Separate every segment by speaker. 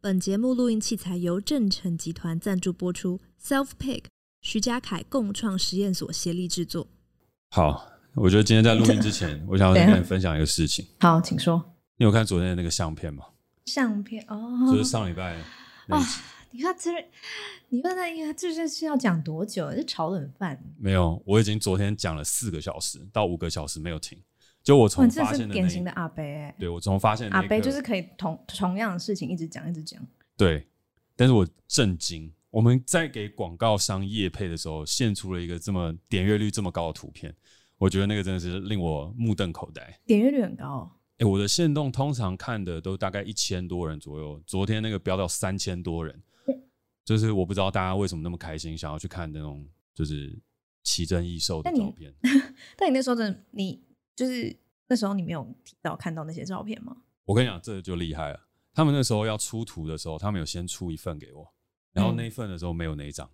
Speaker 1: 本节目录音器材由正成集团赞助播出，Self Pick 徐家凯共创实验所协力制作。
Speaker 2: 好，我觉得今天在录音之前，我想要先跟你分享一个 事情。
Speaker 3: 好，请说。
Speaker 2: 你有看昨天的那个 相片吗？
Speaker 3: 相片哦，
Speaker 2: 就是上礼拜那一集
Speaker 3: 你看这，你问他，他这件事要讲多久？是炒冷饭，
Speaker 2: 没有，我已经昨天讲了四个小时到五个小时没有停。就我
Speaker 3: 哇，
Speaker 2: 从
Speaker 3: 这
Speaker 2: 发
Speaker 3: 是
Speaker 2: 现的那
Speaker 3: 典型
Speaker 2: 一
Speaker 3: 的阿伯欸。
Speaker 2: 对我从发现的
Speaker 3: 阿
Speaker 2: 那一
Speaker 3: 伯
Speaker 2: 刻
Speaker 3: 就是可以同同样的事情一直讲一直讲，
Speaker 2: 对，但是我震惊，我们在给广告商业配的时候，献出了一个这么点阅率这么高的图片，我觉得那个真的是令我目瞪口呆。
Speaker 3: 点阅率很高。
Speaker 2: 哎、我的线动通常看的都大概一千多人左右，昨天那个飙到三千多人，就是我不知道大家为什么那么开心，想要去看那种就是奇珍异兽的
Speaker 3: 那你
Speaker 2: 照片。
Speaker 3: 但你那时候真的，你就是那时候你没有提到看到那些照片吗？
Speaker 2: 我跟你讲，这就厉害了。他们那时候要出图的时候，他们有先出一份给我，然后
Speaker 3: 嗯
Speaker 2: 那一份的时候没有那一张，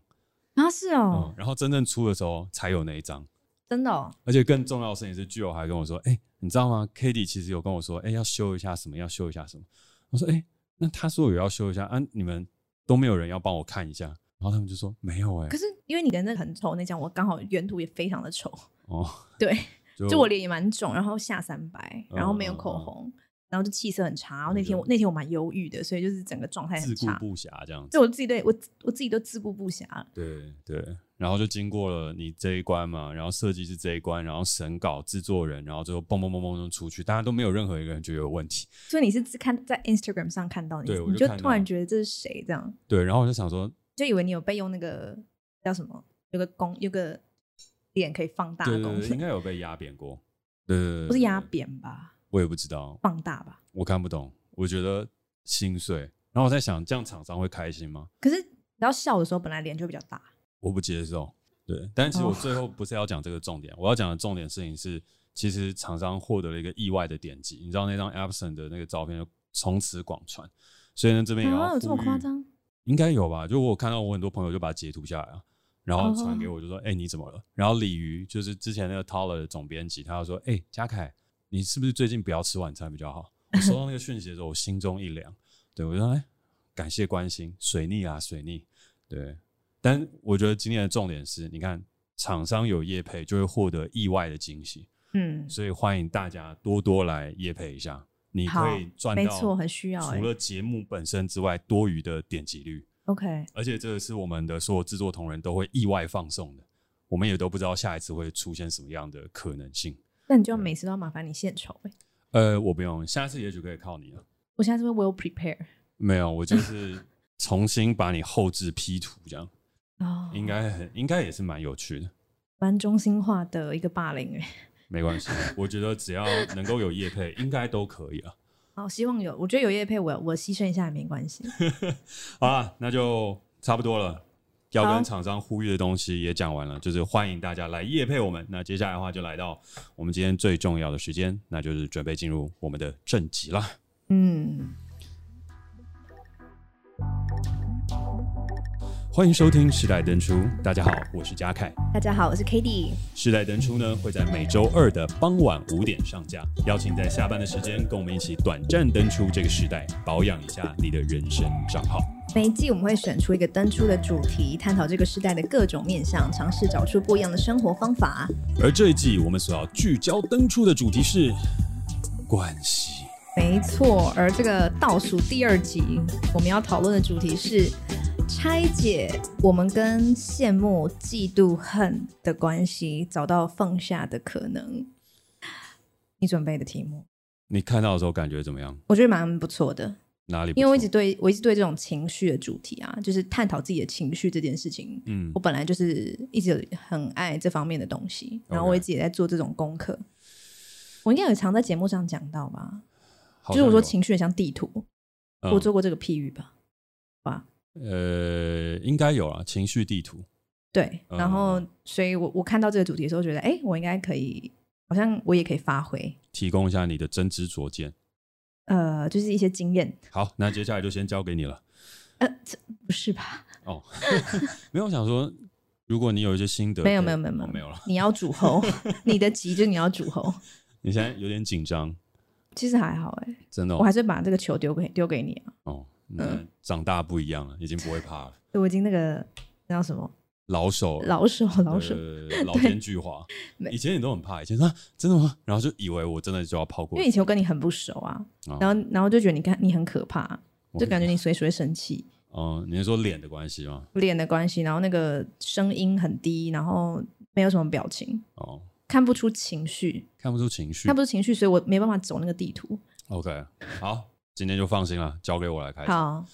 Speaker 3: 啊，是
Speaker 2: 嗯
Speaker 3: 哦，，
Speaker 2: 然后真正出的时候才有那一张。
Speaker 3: 真的哦，
Speaker 2: 而且更重要的事情是，巨友还跟我说：“哎、你知道吗 k a t i e 其实有跟我说，哎、要修一下什么，要修一下什么。”我说：“哎、那他说有要修一下啊，你们都没有人要帮我看一下。”然后他们就说：“没有哎、
Speaker 3: 可是因为你的那很丑那张，我刚好原图也非常的丑，
Speaker 2: 哦，
Speaker 3: 对，
Speaker 2: 就
Speaker 3: 就我脸也蛮肿，然后下三白，然后没
Speaker 2: 嗯
Speaker 3: 有口红，然后就气色很差。然后那天我那天我蛮忧郁的，所以就是整个状态
Speaker 2: 自
Speaker 3: 很
Speaker 2: 顾
Speaker 3: 差。
Speaker 2: 不暇这样子
Speaker 3: 就。我自己对我自我自己都自顾不暇了。
Speaker 2: 对对，然后就经过了你这一关嘛，然后设计师这一关，然后审稿、制作人，然后最后嘣嘣嘣嘣就出去，大家都没有任何一个人觉得有问题。
Speaker 3: 所以你是自看在 Instagram 上看到你，
Speaker 2: 对我就
Speaker 3: 你就
Speaker 2: 看到
Speaker 3: 突然觉得这是谁这样，
Speaker 2: 对，然后我就想说，
Speaker 3: 就以为你有被用那个叫什么，有个功有个脸可以放大
Speaker 2: 对
Speaker 3: 的
Speaker 2: 对
Speaker 3: 功
Speaker 2: 对，应
Speaker 3: 能，
Speaker 2: 该有被压扁过。对对对对，
Speaker 3: 不是压
Speaker 2: 对，
Speaker 3: 扁吧，
Speaker 2: 我也不知道，
Speaker 3: 放大吧。
Speaker 2: 我看不懂，我觉得心碎。然后我在想，这样厂商会开心吗？
Speaker 3: 可是你要笑的时候，本来脸就比较大，
Speaker 2: 我不接受。对，但其实我
Speaker 3: 哦
Speaker 2: 最后不是要讲这个重点，我要讲的重点事情是，其实厂商获得了一个意外的点击，你知道那张 Abson 的那个照片就从此广传，所以呢这边也要
Speaker 3: 啊，有这么
Speaker 2: 呼吁
Speaker 3: 夸？张？
Speaker 2: 应该有吧？就我有看到我很多朋友就把它截图下来啊，然
Speaker 3: 哦
Speaker 2: 后传给我，就说：“哎、你怎么了？”然后鲤鱼就是之前那个 Taller 的总编辑，他就说：“哎、嘉凯，你是不是最近不要吃晚餐比较好？”我收到那个讯息的时候，我心中一凉，对我就说：“哎、感谢关心，水逆啊，水逆。”对，但我觉得今天的重点是，你看厂商有业配就会获得意外的惊喜，
Speaker 3: 嗯，
Speaker 2: 所以欢迎大家多多来业配一下，你可
Speaker 3: 好
Speaker 2: 以赚
Speaker 3: 没
Speaker 2: 到
Speaker 3: 错，很需要、欸。
Speaker 2: 除了节目本身之外多余的点击率。
Speaker 3: OK，
Speaker 2: 而且这个是我们的所有制作同仁都会意外放送的，我们也都不知道下一次会出现什么样的可能性。
Speaker 3: 那你就每次都要麻烦你献丑、欸。
Speaker 2: 呃，我不用，下次也许可以靠你了。
Speaker 3: 我现在是会 well prepare
Speaker 2: 没有，我就是重新把你后置 P 图，这样
Speaker 3: 哦，
Speaker 2: 应该很应该也是蛮有趣的。
Speaker 3: 蛮中心化的一个霸凌哎、
Speaker 2: 没关系，我觉得只要能够有业配，应该都可以啊了。
Speaker 3: 好，希望有，我觉得有叶配我我牺牲一下也没关系。
Speaker 2: 好啦，那就差不多了。要
Speaker 3: 好
Speaker 2: 跟厂商呼吁的东西也讲完了，就是欢迎大家来业配我们。那接下来的话，就来到我们今天最重要的时间，那就是准备进入我们的正集啦。
Speaker 3: 嗯，
Speaker 2: 欢迎收听《时代登出》，大家好，我是嘉凯。
Speaker 3: 大家好，我是 k d
Speaker 2: 《时代登出》呢会在每周二的傍晚五点上架，邀请在下班的时间跟我们一起短暂登出这个时代，保养一下你的人生账号。
Speaker 3: 每一季我们会选出一个登出的主题，探讨这个时代的各种面向，尝试找出不一样的生活方法。
Speaker 2: 而这一季我们所要聚焦登出的主题是关系。
Speaker 3: 没错，而这个倒数第二集我们要讨论的主题是拆解我们跟羡慕、嫉妒、恨的关系，找到放下的可能。你准备的题目，
Speaker 2: 你看到的时候感觉怎么样？
Speaker 3: 我觉得蛮不错的。
Speaker 2: 哪里不错？
Speaker 3: 因为我一直对我一直对这种情绪的主题啊，就是探讨自己的情绪这件事情，
Speaker 2: 嗯
Speaker 3: 我本来就是一直有很爱这方面的东西，然后
Speaker 2: OK
Speaker 3: 我一直也在做这种功课。我应该有常在节目上讲到吧，
Speaker 2: 好
Speaker 3: 就
Speaker 2: 像
Speaker 3: 是
Speaker 2: 有
Speaker 3: 我说情绪很像地图，
Speaker 2: 嗯
Speaker 3: 我做过这个譬喻吧，
Speaker 2: 呃应该有啊，情绪地图。
Speaker 3: 对，
Speaker 2: 嗯
Speaker 3: 然后所以我我看到这个主题的时候，觉得哎，我应该可以，好像我也可以发挥，
Speaker 2: 提供一下你的真知灼见。
Speaker 3: 呃，就是一些经验，
Speaker 2: 好，那接下来就先交给你了。
Speaker 3: 不是吧？
Speaker 2: 哦， 没有，我想说，如果你有一些心得可以，
Speaker 3: 没有没有没有没
Speaker 2: 哦
Speaker 3: 有
Speaker 2: 没有了。
Speaker 3: 你要 主喉，你的急就是你要主喉，
Speaker 2: 你现在有点紧张，
Speaker 3: 其实还好哎、
Speaker 2: 真的
Speaker 3: 我
Speaker 2: 哦。
Speaker 3: 还是把这个球丢给丢给你啊。
Speaker 2: 哦嗯，长大不一样了，已经不会怕了，
Speaker 3: 我已经那个那叫什么
Speaker 2: 老手了
Speaker 3: 老手老手，
Speaker 2: 呃老奸巨猾
Speaker 3: 没。
Speaker 2: 以前你都很怕，以前说、啊真的吗？然后就以为我真的就要跑
Speaker 3: 因
Speaker 2: 过
Speaker 3: 为以前我跟你很不熟啊，
Speaker 2: 啊
Speaker 3: 然后然后就觉得你看你很可怕，
Speaker 2: 我
Speaker 3: 就感觉你随时会生气，
Speaker 2: 嗯，你是说脸的关系吗？
Speaker 3: 脸的关系，然后那个声音很低，然后没有什么表情，
Speaker 2: 哦，
Speaker 3: 看不出情绪，
Speaker 2: 看不出情绪
Speaker 3: 看。不出情绪，所以我没办法走那个地图。
Speaker 2: OK，好，今天就放心了，交给我来开始。
Speaker 3: 好，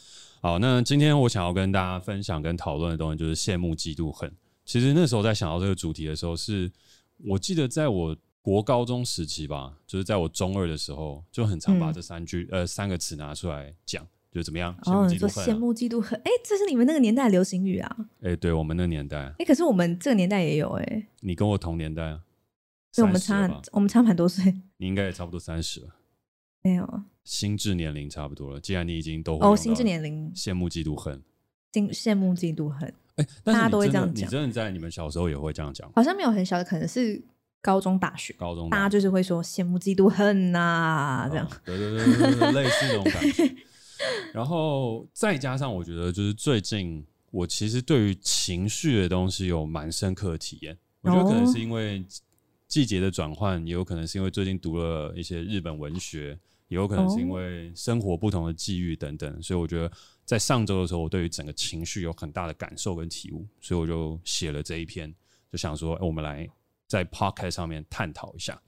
Speaker 2: 好，那今天我想要跟大家分享跟讨论的东西就是羡慕、嫉妒、恨。其实那时候在想到这个主题的时候是，我记得在我国高中时期吧，就是在我中二的时候，就很常把
Speaker 3: 嗯
Speaker 2: 这三句、呃三个词拿出来讲，就怎么样羡
Speaker 3: 哦，
Speaker 2: 慕、
Speaker 3: 你
Speaker 2: 嫉妒、
Speaker 3: 说
Speaker 2: 恨、啊。
Speaker 3: 羡慕、嫉妒、恨，哎，这是你们那个年代的流行语啊。
Speaker 2: 哎、对我们那年代，
Speaker 3: 哎，可是我们这个年代也有哎、
Speaker 2: 你跟我同年代啊，
Speaker 3: 所以我们
Speaker 2: 30
Speaker 3: 差
Speaker 2: 了吧
Speaker 3: 我们差蛮多岁，
Speaker 2: 你应该也差不多三十了，
Speaker 3: 没有啊
Speaker 2: 心智年龄差不多了。既然你已经都会
Speaker 3: 哦，
Speaker 2: 用
Speaker 3: 心
Speaker 2: 到
Speaker 3: 智年龄，
Speaker 2: 羡慕、嫉妒、恨，
Speaker 3: 羡羡慕、嫉妒、恨，
Speaker 2: 哎、但
Speaker 3: 大
Speaker 2: 是
Speaker 3: 家
Speaker 2: 你
Speaker 3: 都会
Speaker 2: 真
Speaker 3: 这
Speaker 2: 的
Speaker 3: 样
Speaker 2: 你
Speaker 3: 讲
Speaker 2: 真的在你们小时候也会这样讲吗，
Speaker 3: 好像没有很小的，可能是高中、大学，
Speaker 2: 高中
Speaker 3: 大
Speaker 2: 吧
Speaker 3: 家就是会说羡慕、嫉妒、恨呐、啊这样。
Speaker 2: 嗯对对对对对，类似那种感 觉。然后再加上，我觉得就是最近我其实对于情绪的东西有蛮深刻的体验。我觉得可能
Speaker 3: 哦
Speaker 2: 是因为季节的转换，也有可能是因为最近读了一些日本文学，也有可能是因
Speaker 3: 哦
Speaker 2: 为生活不同的际遇等等。所以我觉得在上周的时候，我对于整个情绪有很大的感受跟体悟，所以我就写了这一篇，就想说，哎我们来在 podcast 上面探讨一下。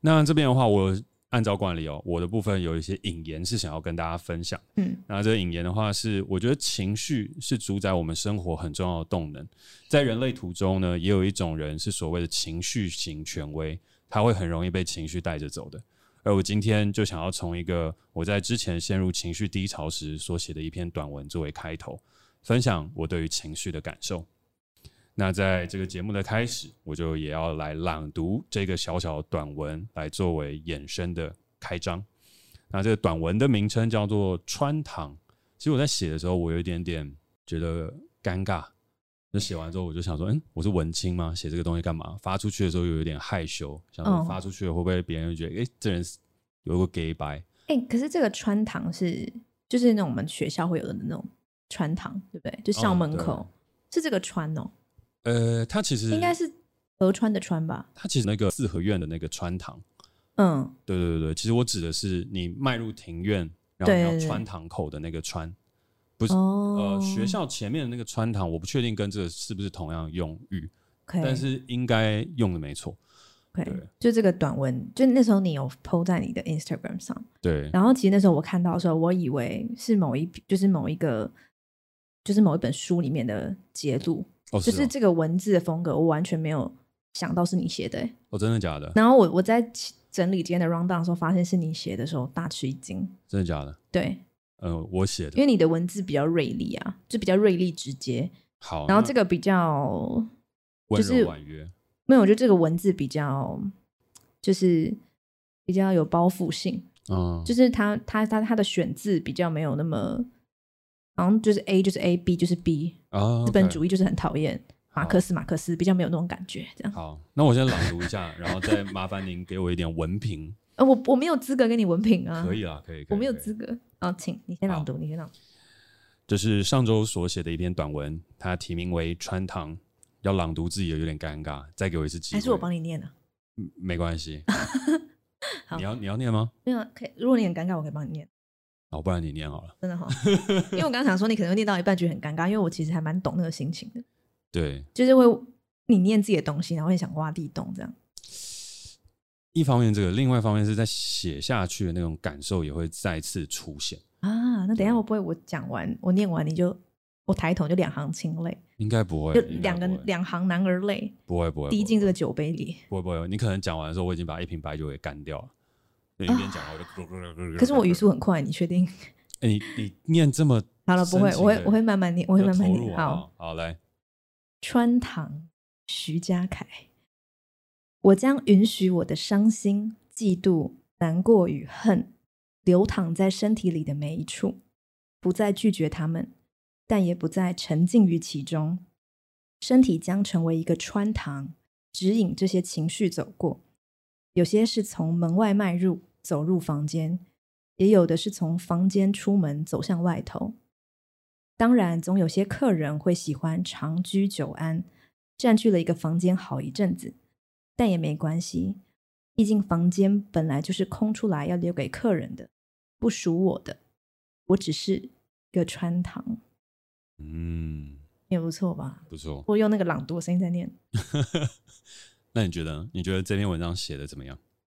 Speaker 2: 那这边的话，我按照惯例哦，我的部分有一些引言是想要跟大家分享。
Speaker 3: 嗯，
Speaker 2: 那这个引言的话是，我觉得情绪是主宰我们生活很重要的动能。在人类途中呢，也有一种人是所谓的情绪型权威，他会很容易被情绪带着走的。而我今天就想要从一个我在之前陷入情绪低潮时所写的一篇短文作为开头，分享我对于情绪的感受。那在这个节目的开始，我就也要来朗读这个小小的短文，来作为衍生的开章。那这个短文的名称叫做《穿堂》。其实我在写的时候，我有一点点觉得尴尬。就写完之后，我就想说，嗯，我是文青吗？写这个东西干嘛？发出去的时候又有点害羞，想说
Speaker 3: 嗯
Speaker 2: 发出去了会不会别人就觉得，哎、这人是有个 gay 白？
Speaker 3: 哎、可是这个穿堂是就是那种我们学校会有的那种穿堂，对不对？就校
Speaker 2: 嗯
Speaker 3: 门
Speaker 2: 对
Speaker 3: 口、是这个穿哦，
Speaker 2: 呃，他其实
Speaker 3: 应该是河川的川吧？
Speaker 2: 他其实那个四合院的那个穿堂，
Speaker 3: 嗯，
Speaker 2: 对对对对，其实我指的是你迈入庭院，然后
Speaker 3: 对
Speaker 2: 你要
Speaker 3: 对对
Speaker 2: 穿堂口的那个穿，不是、
Speaker 3: 哦
Speaker 2: 呃，学校前面的那个穿堂，我不确定跟这个是不是同样用语，
Speaker 3: ，OK，
Speaker 2: 但是应该用的没错。对
Speaker 3: OK，就这个短文，就那时候你有 PO 在你的 Instagram 上，
Speaker 2: 对，
Speaker 3: 然后其实那时候我看到的时候，我以为是某一就是某一个就是某一本书里面的节录，
Speaker 2: 哦，
Speaker 3: 就是
Speaker 2: 哦
Speaker 3: 是这个文字的风格，我完全没有想到是你写的、欸。
Speaker 2: 哦，真的假的？
Speaker 3: 然后我我在整理今天的 round down 的时候，发现是你写的时候，大吃一惊。
Speaker 2: 真的假的？
Speaker 3: 对，
Speaker 2: 呃，我写
Speaker 3: 因
Speaker 2: 的
Speaker 3: 为你的文字比较锐利啊，就比较锐利直接，
Speaker 2: 好，
Speaker 3: 然后
Speaker 2: 那
Speaker 3: 这个比较
Speaker 2: 温
Speaker 3: 就是
Speaker 2: 柔婉约，
Speaker 3: 没有，我觉得这个文字比较就是比较有包覆性。
Speaker 2: 嗯，
Speaker 3: 就是他他他他的选字比较没有那么，好像就是 A 就是 A，B 就是 B，
Speaker 2: 啊，
Speaker 3: 资本
Speaker 2: OK
Speaker 3: 主义就是很讨厌马克思马克思，比较没有那种感觉。这样，
Speaker 2: 好，那我先朗读一下，然后再麻烦您给我一点文评，
Speaker 3: 呃，我我没有资格给你文评 啊，
Speaker 2: 可以啦，可以，可
Speaker 3: 我
Speaker 2: 以
Speaker 3: 没有
Speaker 2: 可以
Speaker 3: 资格啊，请你先朗读，你先朗读。
Speaker 2: 这是上周所写的一篇短文，它题名为《穿堂》，要朗读自己的有点尴尬，再给我一次机会。
Speaker 3: 还是我帮你念啊？
Speaker 2: 嗯没关系
Speaker 3: 好。
Speaker 2: 你要你要念吗？
Speaker 3: 没有啊，可以。如果你很尴尬，我可以帮你念，
Speaker 2: 哦，不然你念好了。
Speaker 3: 真的哈。 因为我刚刚想说你可能会念到一半觉得很尴尬，因为我其实还蛮懂那个心情的，
Speaker 2: 对，
Speaker 3: 就是会你念自己的东西，然后会想挖地洞这样。
Speaker 2: 一方面这个，另外一方面是在写下去的那种感受也会再次出现，
Speaker 3: 啊，那等一下
Speaker 2: 对
Speaker 3: 会不会我讲完，我念完你就我抬头就两行清泪，
Speaker 2: 应该不会，
Speaker 3: 就
Speaker 2: 应该
Speaker 3: 两个
Speaker 2: 不会
Speaker 3: 两行男儿泪
Speaker 2: 不会不会
Speaker 3: 滴
Speaker 2: 不会
Speaker 3: 进这个酒杯里。
Speaker 2: 不会不会，你可能讲完的时候，我已经把一瓶白酒给干掉了。就一边讲，我就咕噜咕噜咕噜咕噜咕 噜。
Speaker 3: 可是我语速很快，你确定？
Speaker 2: 哎，你你念这么
Speaker 3: 好了，不会，
Speaker 2: 深情
Speaker 3: 我会
Speaker 2: 欸
Speaker 3: 我会慢慢念，我会
Speaker 2: 有
Speaker 3: 慢慢
Speaker 2: 投入
Speaker 3: 念。
Speaker 2: 啊
Speaker 3: 好，
Speaker 2: 好好来，
Speaker 3: 穿堂徐家凯，我将允许我的伤心、嫉妒、难过与恨流淌在身体里的每一处，不再拒绝它们，但也不再沉浸于其中。身体将成为一个穿堂，指引这些情绪走过。有些是从门外迈入，走入房间；也有的是从房间出门走向外头。当然，总有些客人会喜欢长居久安，占据了一个房间好一阵子，但也没关系，毕竟房间本来就是空出来要留给客人的，不属我的，我只是一个穿堂，
Speaker 2: 嗯，
Speaker 3: 也不错吧？
Speaker 2: 不错。
Speaker 3: 我用那个朗读的声音在念，
Speaker 2: 那你觉得呢？你觉得这篇文章写的怎么样？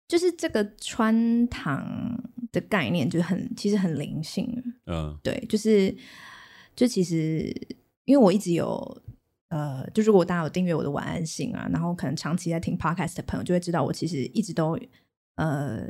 Speaker 3: 就是这个穿堂的概念，就是很其实很灵性，
Speaker 2: 嗯
Speaker 3: 对，就是就其实因为我一直有呃，就如果大家有订阅我的晚安信啊，然后可能长期在听 podcast 的朋友就会知道，我其实一直都呃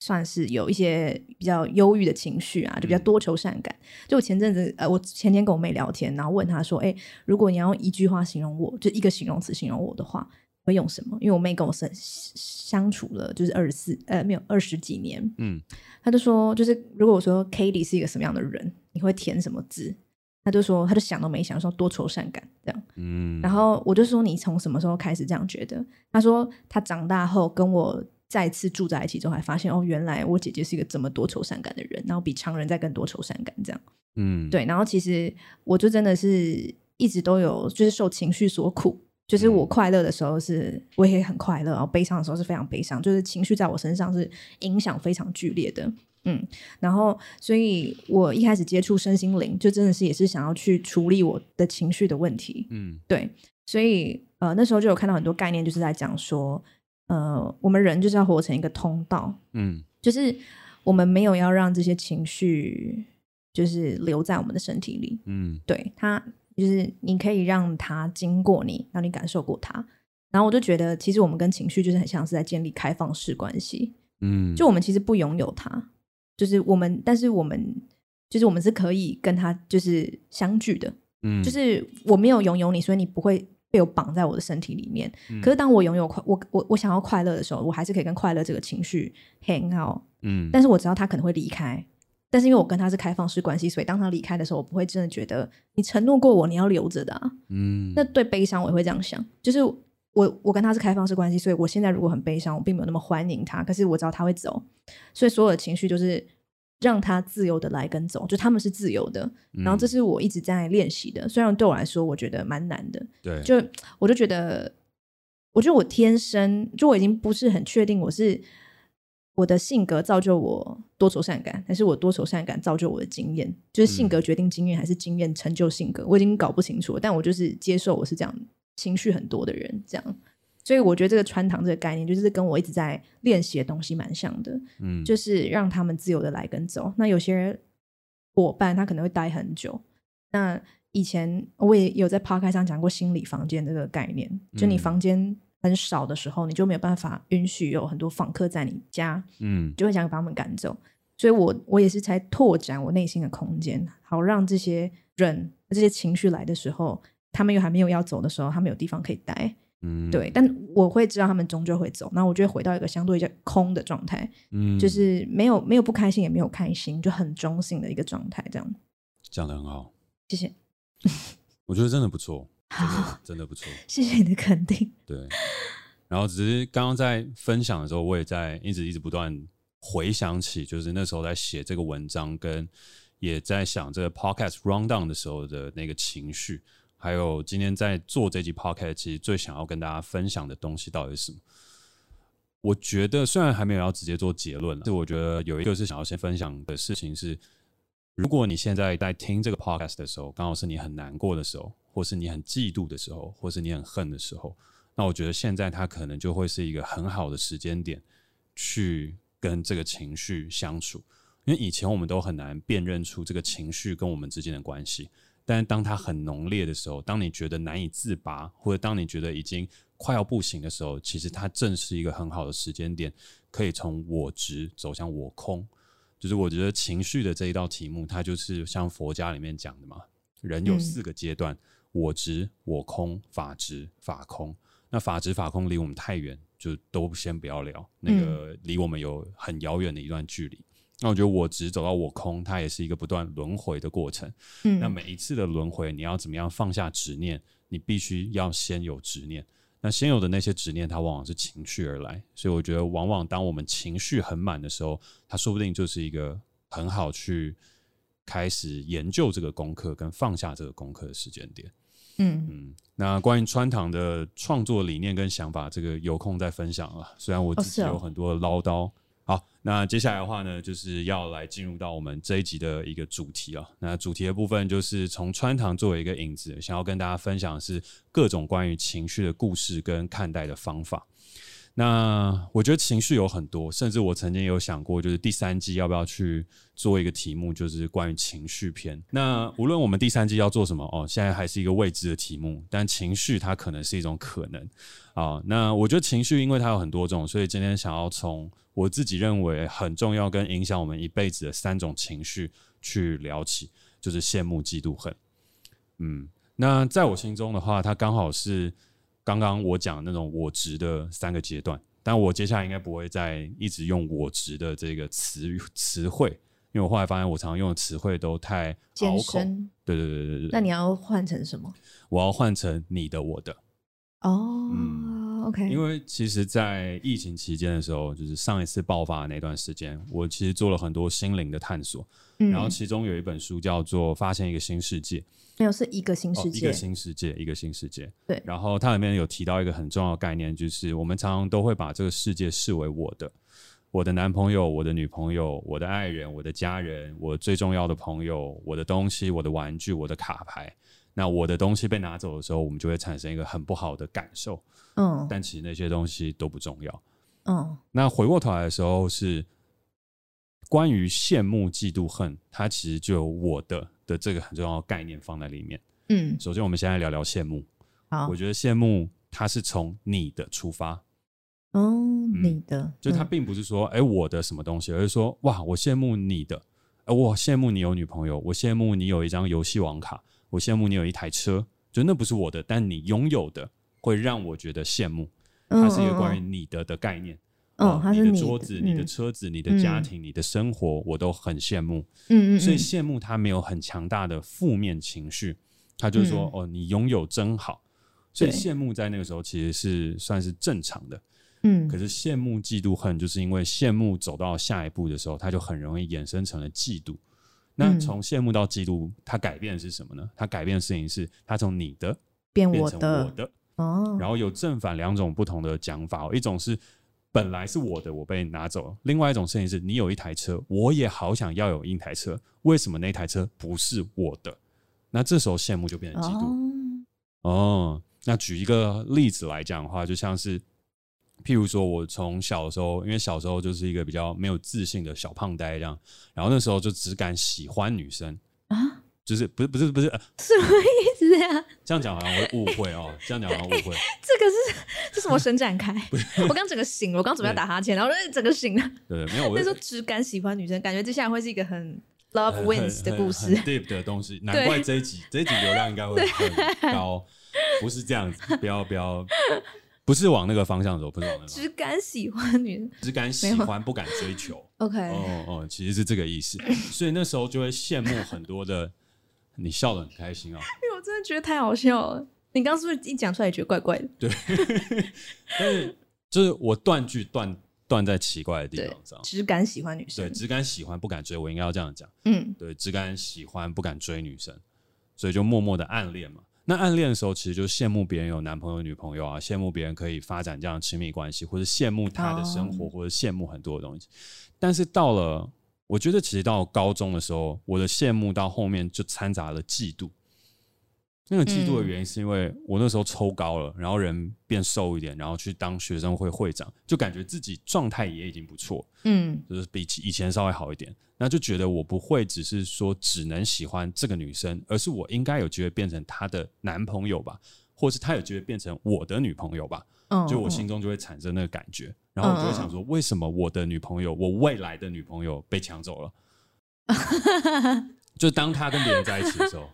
Speaker 3: 算是有一些比较忧郁的情绪啊，就比较
Speaker 2: 嗯
Speaker 3: 多愁善感。就我前阵子呃，我前天跟我妹聊天，然后问她说，哎、如果你要用一句话形容我，就一个形容词形容我的话。会用什么？因为我妹跟我相相处了，就是二十四呃，没有二十几年，
Speaker 2: 嗯，
Speaker 3: 他就说，就是如果我说 k a t i e 是一个什么样的人，你会填什么字？他就说，他就想都没想，说多愁善感这样。
Speaker 2: 嗯，
Speaker 3: 然后我就说，你从什么时候开始这样觉得？他说，他长大后跟我再次住在一起之后，还发现哦，原来我姐姐是一个这么多愁善感的人，然后比常人再更多愁善感这样。
Speaker 2: 嗯，
Speaker 3: 对，然后其实我就真的是一直都有，就是受情绪所苦。就是我
Speaker 2: 嗯
Speaker 3: 快乐的时候是我也很快乐，然后悲伤的时候是非常悲伤，就是情绪在我身上是影响非常剧烈的。嗯，然后所以我一开始接触身心灵，就真的是也是想要去处理我的情绪的问题。
Speaker 2: 嗯
Speaker 3: 对，所以呃那时候就有看到很多概念，就是在讲说，呃，我们人就是要活成一个通道，
Speaker 2: 嗯
Speaker 3: 就是我们没有要让这些情绪就是留在我们的身体里，
Speaker 2: 嗯
Speaker 3: 对它就是你可以让它经过你，让你感受过它。然后我就觉得，其实我们跟情绪就是很像是在建立开放式关系，
Speaker 2: 嗯，
Speaker 3: 就我们其实不拥有它，就是我们，但是我们就是我们是可以跟它就是相聚的，
Speaker 2: 嗯
Speaker 3: 就是我没有拥有你，所以你不会被我绑在我的身体里面。
Speaker 2: 嗯
Speaker 3: 可是当我拥有快，我我我想要快乐的时候，我还是可以跟快乐这个情绪 hang out，
Speaker 2: 嗯，
Speaker 3: 但是我知道他可能会离开。但是因为我跟他是开放式关系，所以当他离开的时候，我不会真的觉得你承诺过我你要留着的、啊。
Speaker 2: 嗯，
Speaker 3: 那对悲伤我也会这样想，就是我我跟他是开放式关系，所以我现在如果很悲伤，我并没有那么欢迎他，可是我知道他会走，所以所有的情绪就是让他自由的来跟走，就他们是自由的。然后这
Speaker 2: 嗯
Speaker 3: 是我一直在练习的，虽然对我来说我觉得蛮难的，
Speaker 2: 对，
Speaker 3: 就我就觉得，我觉得我天生就我已经不是很确定我是我的性格造就我多愁善感，还是我多愁善感造就我的经验，就是性格决定经验，还是经验成就性格，我已经搞不清楚了。但我就是接受我是这样情绪很多的人，这样。所以我觉得这个穿堂这个概念，就是跟我一直在练习的东西蛮像的，
Speaker 2: 嗯
Speaker 3: 就是让他们自由的来跟走。那有些伙伴他可能会待很久，那以前我也有在 p o d 上讲过心理房间这个概念，就你
Speaker 2: 嗯
Speaker 3: 房间很少的时候，你就没有办法允许有很多访客在你家，
Speaker 2: 嗯
Speaker 3: 就会想把他们赶走。所以我我也是才拓展我内心的空间，好让这些人这些情绪来的时候，他们又还没有要走的时候，他们有地方可以待。
Speaker 2: 嗯
Speaker 3: 对，，但我会知道他们终究会走，那我就会回到一个相对比较空的状态，
Speaker 2: 嗯，
Speaker 3: 就是没有没有不开心，也没有开心，就很中性的一个状态。这样，
Speaker 2: 讲的很好，
Speaker 3: 谢谢，
Speaker 2: 我觉得真的不错，真
Speaker 3: 好
Speaker 2: 的，真的不错，
Speaker 3: 谢谢你的肯定。
Speaker 2: 对。然后只是刚刚在分享的时候，我也在一直一直不断回想起，就是那时候在写这个文章，跟也在想这个 podcast round down 的时候的那个情绪，还有今天在做这集 podcast，其实最想要跟大家分享的东西到底是什么。我觉得虽然还没有要直接做结论了，但我觉得有一个是想要先分享的事情是，如果你现在在听这个 podcast 的时候，刚好是你很难过的时候，或是你很嫉妒的时候，或是你很恨的时候，那我觉得现在它可能就会是一个很好的时间点，去跟这个情绪相处。因为以前我们都很难辨认出这个情绪跟我们之间的关系，但是当它很浓烈的时候，当你觉得难以自拔，或者当你觉得已经快要不行的时候，其实它正是一个很好的时间点，可以从我执走向我空。就是我觉得情绪的这一道题目，它就是像佛家里面讲的嘛，人有
Speaker 3: 嗯
Speaker 2: 四个阶段：我执、我空、法执、法空。那法执、法空离我们太远，就都先不要聊，那个离我们有很遥远的一段距离。那我觉得我执走到我空，它也是一个不断轮回的过程。
Speaker 3: 嗯，
Speaker 2: 那每一次的轮回，你要怎么样放下执念？你必须要先有执念。那先有的那些执念，它往往是情绪而来，所以我觉得，往往当我们情绪很满的时候，它说不定就是一个很好去开始研究这个功课跟放下这个功课的时间点。
Speaker 3: 嗯，
Speaker 2: 嗯，那关于川堂的创作理念跟想法，这个有空再分享了。虽然我自己
Speaker 3: 是哦
Speaker 2: 有很多的唠叨。好，那接下来的话呢，就是要来进入到我们这一集的一个主题啊。那主题的部分就是从川堂作为一个引子，想要跟大家分享的是各种关于情绪的故事跟看待的方法。那我觉得情绪有很多，甚至我曾经有想过，就是第三季要不要去做一个题目，就是关于情绪篇。那无论我们第三季要做什么，哦，现在还是一个未知的题目，但情绪它可能是一种可能啊、那我觉得情绪，因为它有很多种，所以今天想要从我自己认为很重要跟影响我们一辈子的三种情绪去聊起，就是羡慕、嫉妒、恨。嗯，那在我心中的话，它刚好是刚刚我讲那种我值的三个阶段，但我接下来应该不会再一直用我值的这个词语词汇，因为我后来发现我常用的词汇都太
Speaker 3: 健
Speaker 2: 拗口。
Speaker 3: 身，
Speaker 2: 对对对对对
Speaker 3: 那
Speaker 2: 对，
Speaker 3: 你要换成什么？
Speaker 2: 我要换成你的我的，
Speaker 3: 哦、
Speaker 2: 嗯
Speaker 3: o k
Speaker 2: 因为其实，在疫情期间的时候，就是上一次爆发的那段时间，我其实做了很多心灵的探索，
Speaker 3: 嗯，
Speaker 2: 然后其中有一本书叫做《发现一个新世界》。
Speaker 3: 没有是一个新世
Speaker 2: 哦、一
Speaker 3: 界，
Speaker 2: 个新世界，一个新世界。
Speaker 3: 对
Speaker 2: 然后它里面有提到一个很重要的概念，就是我们常常都会把这个世界视为我的，我的男朋友、我的女朋友、我的爱人、我的家人、我最重要的朋友、我的东西、我的玩具、我的卡牌。那我的东西被拿走的时候，我们就会产生一个很不好的感受，
Speaker 3: 嗯
Speaker 2: 但其实那些东西都不重要。
Speaker 3: 嗯
Speaker 2: 那回过头来的时候是关于羡慕、嫉妒、恨，它其实就有我的的这个很重要的概念放在里面。
Speaker 3: 嗯，
Speaker 2: 首先，我们先来聊聊羡慕。
Speaker 3: 好
Speaker 2: 我，觉得羡慕它是从你的出发，
Speaker 3: 嗯，你的，
Speaker 2: 就它
Speaker 3: 嗯
Speaker 2: 并不是说哎、诶我的什么东西，而是说哇我羡慕你的，呃我羡慕你有女朋友，我羡慕你有一张游戏王卡，我羡慕你有一台车，就那不是我的，但你拥有的会让我觉得羡慕，它是一个关于，你的的概念。
Speaker 3: 嗯嗯嗯
Speaker 2: 啊
Speaker 3: 嗯，它是
Speaker 2: 你的
Speaker 3: 的
Speaker 2: 桌子、你的
Speaker 3: 嗯
Speaker 2: 车子、你的家庭、你的生活，我都很羡慕。
Speaker 3: 嗯嗯，
Speaker 2: 所以
Speaker 3: 嗯
Speaker 2: 羡慕他没有很强大的负面情绪，他就是说、哦，你拥有真好。所
Speaker 3: 嗯
Speaker 2: 以
Speaker 3: 对
Speaker 2: 羡慕在那个时候其实是算是正常的，
Speaker 3: 嗯，
Speaker 2: 可是羡慕、嫉妒、恨，就是因为羡慕走到下一步的时候，它就很容易衍生成了嫉妒。那
Speaker 3: 嗯
Speaker 2: 从羡慕到嫉妒，它改变的是什么呢？它改变的事情是，它从你的
Speaker 3: 变
Speaker 2: 变
Speaker 3: 我
Speaker 2: 成我
Speaker 3: 的
Speaker 2: 的，
Speaker 3: 哦，
Speaker 2: 然后有正反两种不同的讲法哦、一种是本来是我的，我被拿走了；另外一种事情是你有一台车，我也好想要有一台车，为什么那台车不是我的？那这时候羡慕就变成嫉妒
Speaker 3: 哦，
Speaker 2: 哦那举一个例子来讲的话，就像是譬如说，我从小的时候，因为小时候就是一个比较没有自信的小胖呆这样，然后那时候就只敢喜欢女生
Speaker 3: 啊，
Speaker 2: 就是不是不是不是、呃
Speaker 3: 什么意思啊？
Speaker 2: 这样讲好像会误会哦，这样讲好像误会。
Speaker 3: 这个是这是我伸展 开，我刚整个醒了，我刚准备要打哈欠，然后就整个醒了。
Speaker 2: 对，没有 我
Speaker 3: 那
Speaker 2: 是
Speaker 3: 时候只敢喜欢女生，感觉接下来会是一个很 love wins 的故
Speaker 2: 很
Speaker 3: 事
Speaker 2: 很。deep 的东西，难怪这一集这一集流量应该会很高，不是这样子，不要不要，不是往那个方向走，不是往那个方向
Speaker 3: 只敢喜欢女生
Speaker 2: 走，只敢喜欢不敢追求，
Speaker 3: ，OK，
Speaker 2: 哦哦，其实是这个意思，所以那时候就会羡慕很多的，你笑得很开心啊、
Speaker 3: 因为哎我真的觉得太好笑了。你刚刚是不是一讲出来觉得怪怪的？
Speaker 2: 但是就是我断句断断在奇怪的地方上，
Speaker 3: 只敢喜欢女
Speaker 2: 对，
Speaker 3: 生，
Speaker 2: 只敢喜欢不敢追，我应该要这样讲。
Speaker 3: 嗯
Speaker 2: 对，只敢喜欢不敢追女生，所以就默默的暗恋嘛。那暗恋的时候，其实就羡慕别人有男朋友、女朋友啊，羡慕别人可以发展这样的亲密关系，或者羡慕他的生活，
Speaker 3: 哦
Speaker 2: 或者羡慕很多的东西。但是到了，我觉得其实到高中的时候，我的羡慕到后面就掺杂了嫉妒。那个嫉妒的
Speaker 3: 嗯
Speaker 2: 原因是因为我那时候抽高了，然后人变瘦一点，然后去当学生会会长，就感觉自己状态也已经不错，
Speaker 3: 嗯
Speaker 2: 就是比起以前稍微好一点，那就觉得我不会只是说只能喜欢这个女生，而是我应该有机会变成她的男朋友吧，或是她有机会变成我的女朋友吧，
Speaker 3: 嗯，
Speaker 2: 就我心中就会产生那个感觉，然后我就会想说，为什么我的女朋友，我未来的女朋友被抢走 了？就当她跟别人在一起的时候，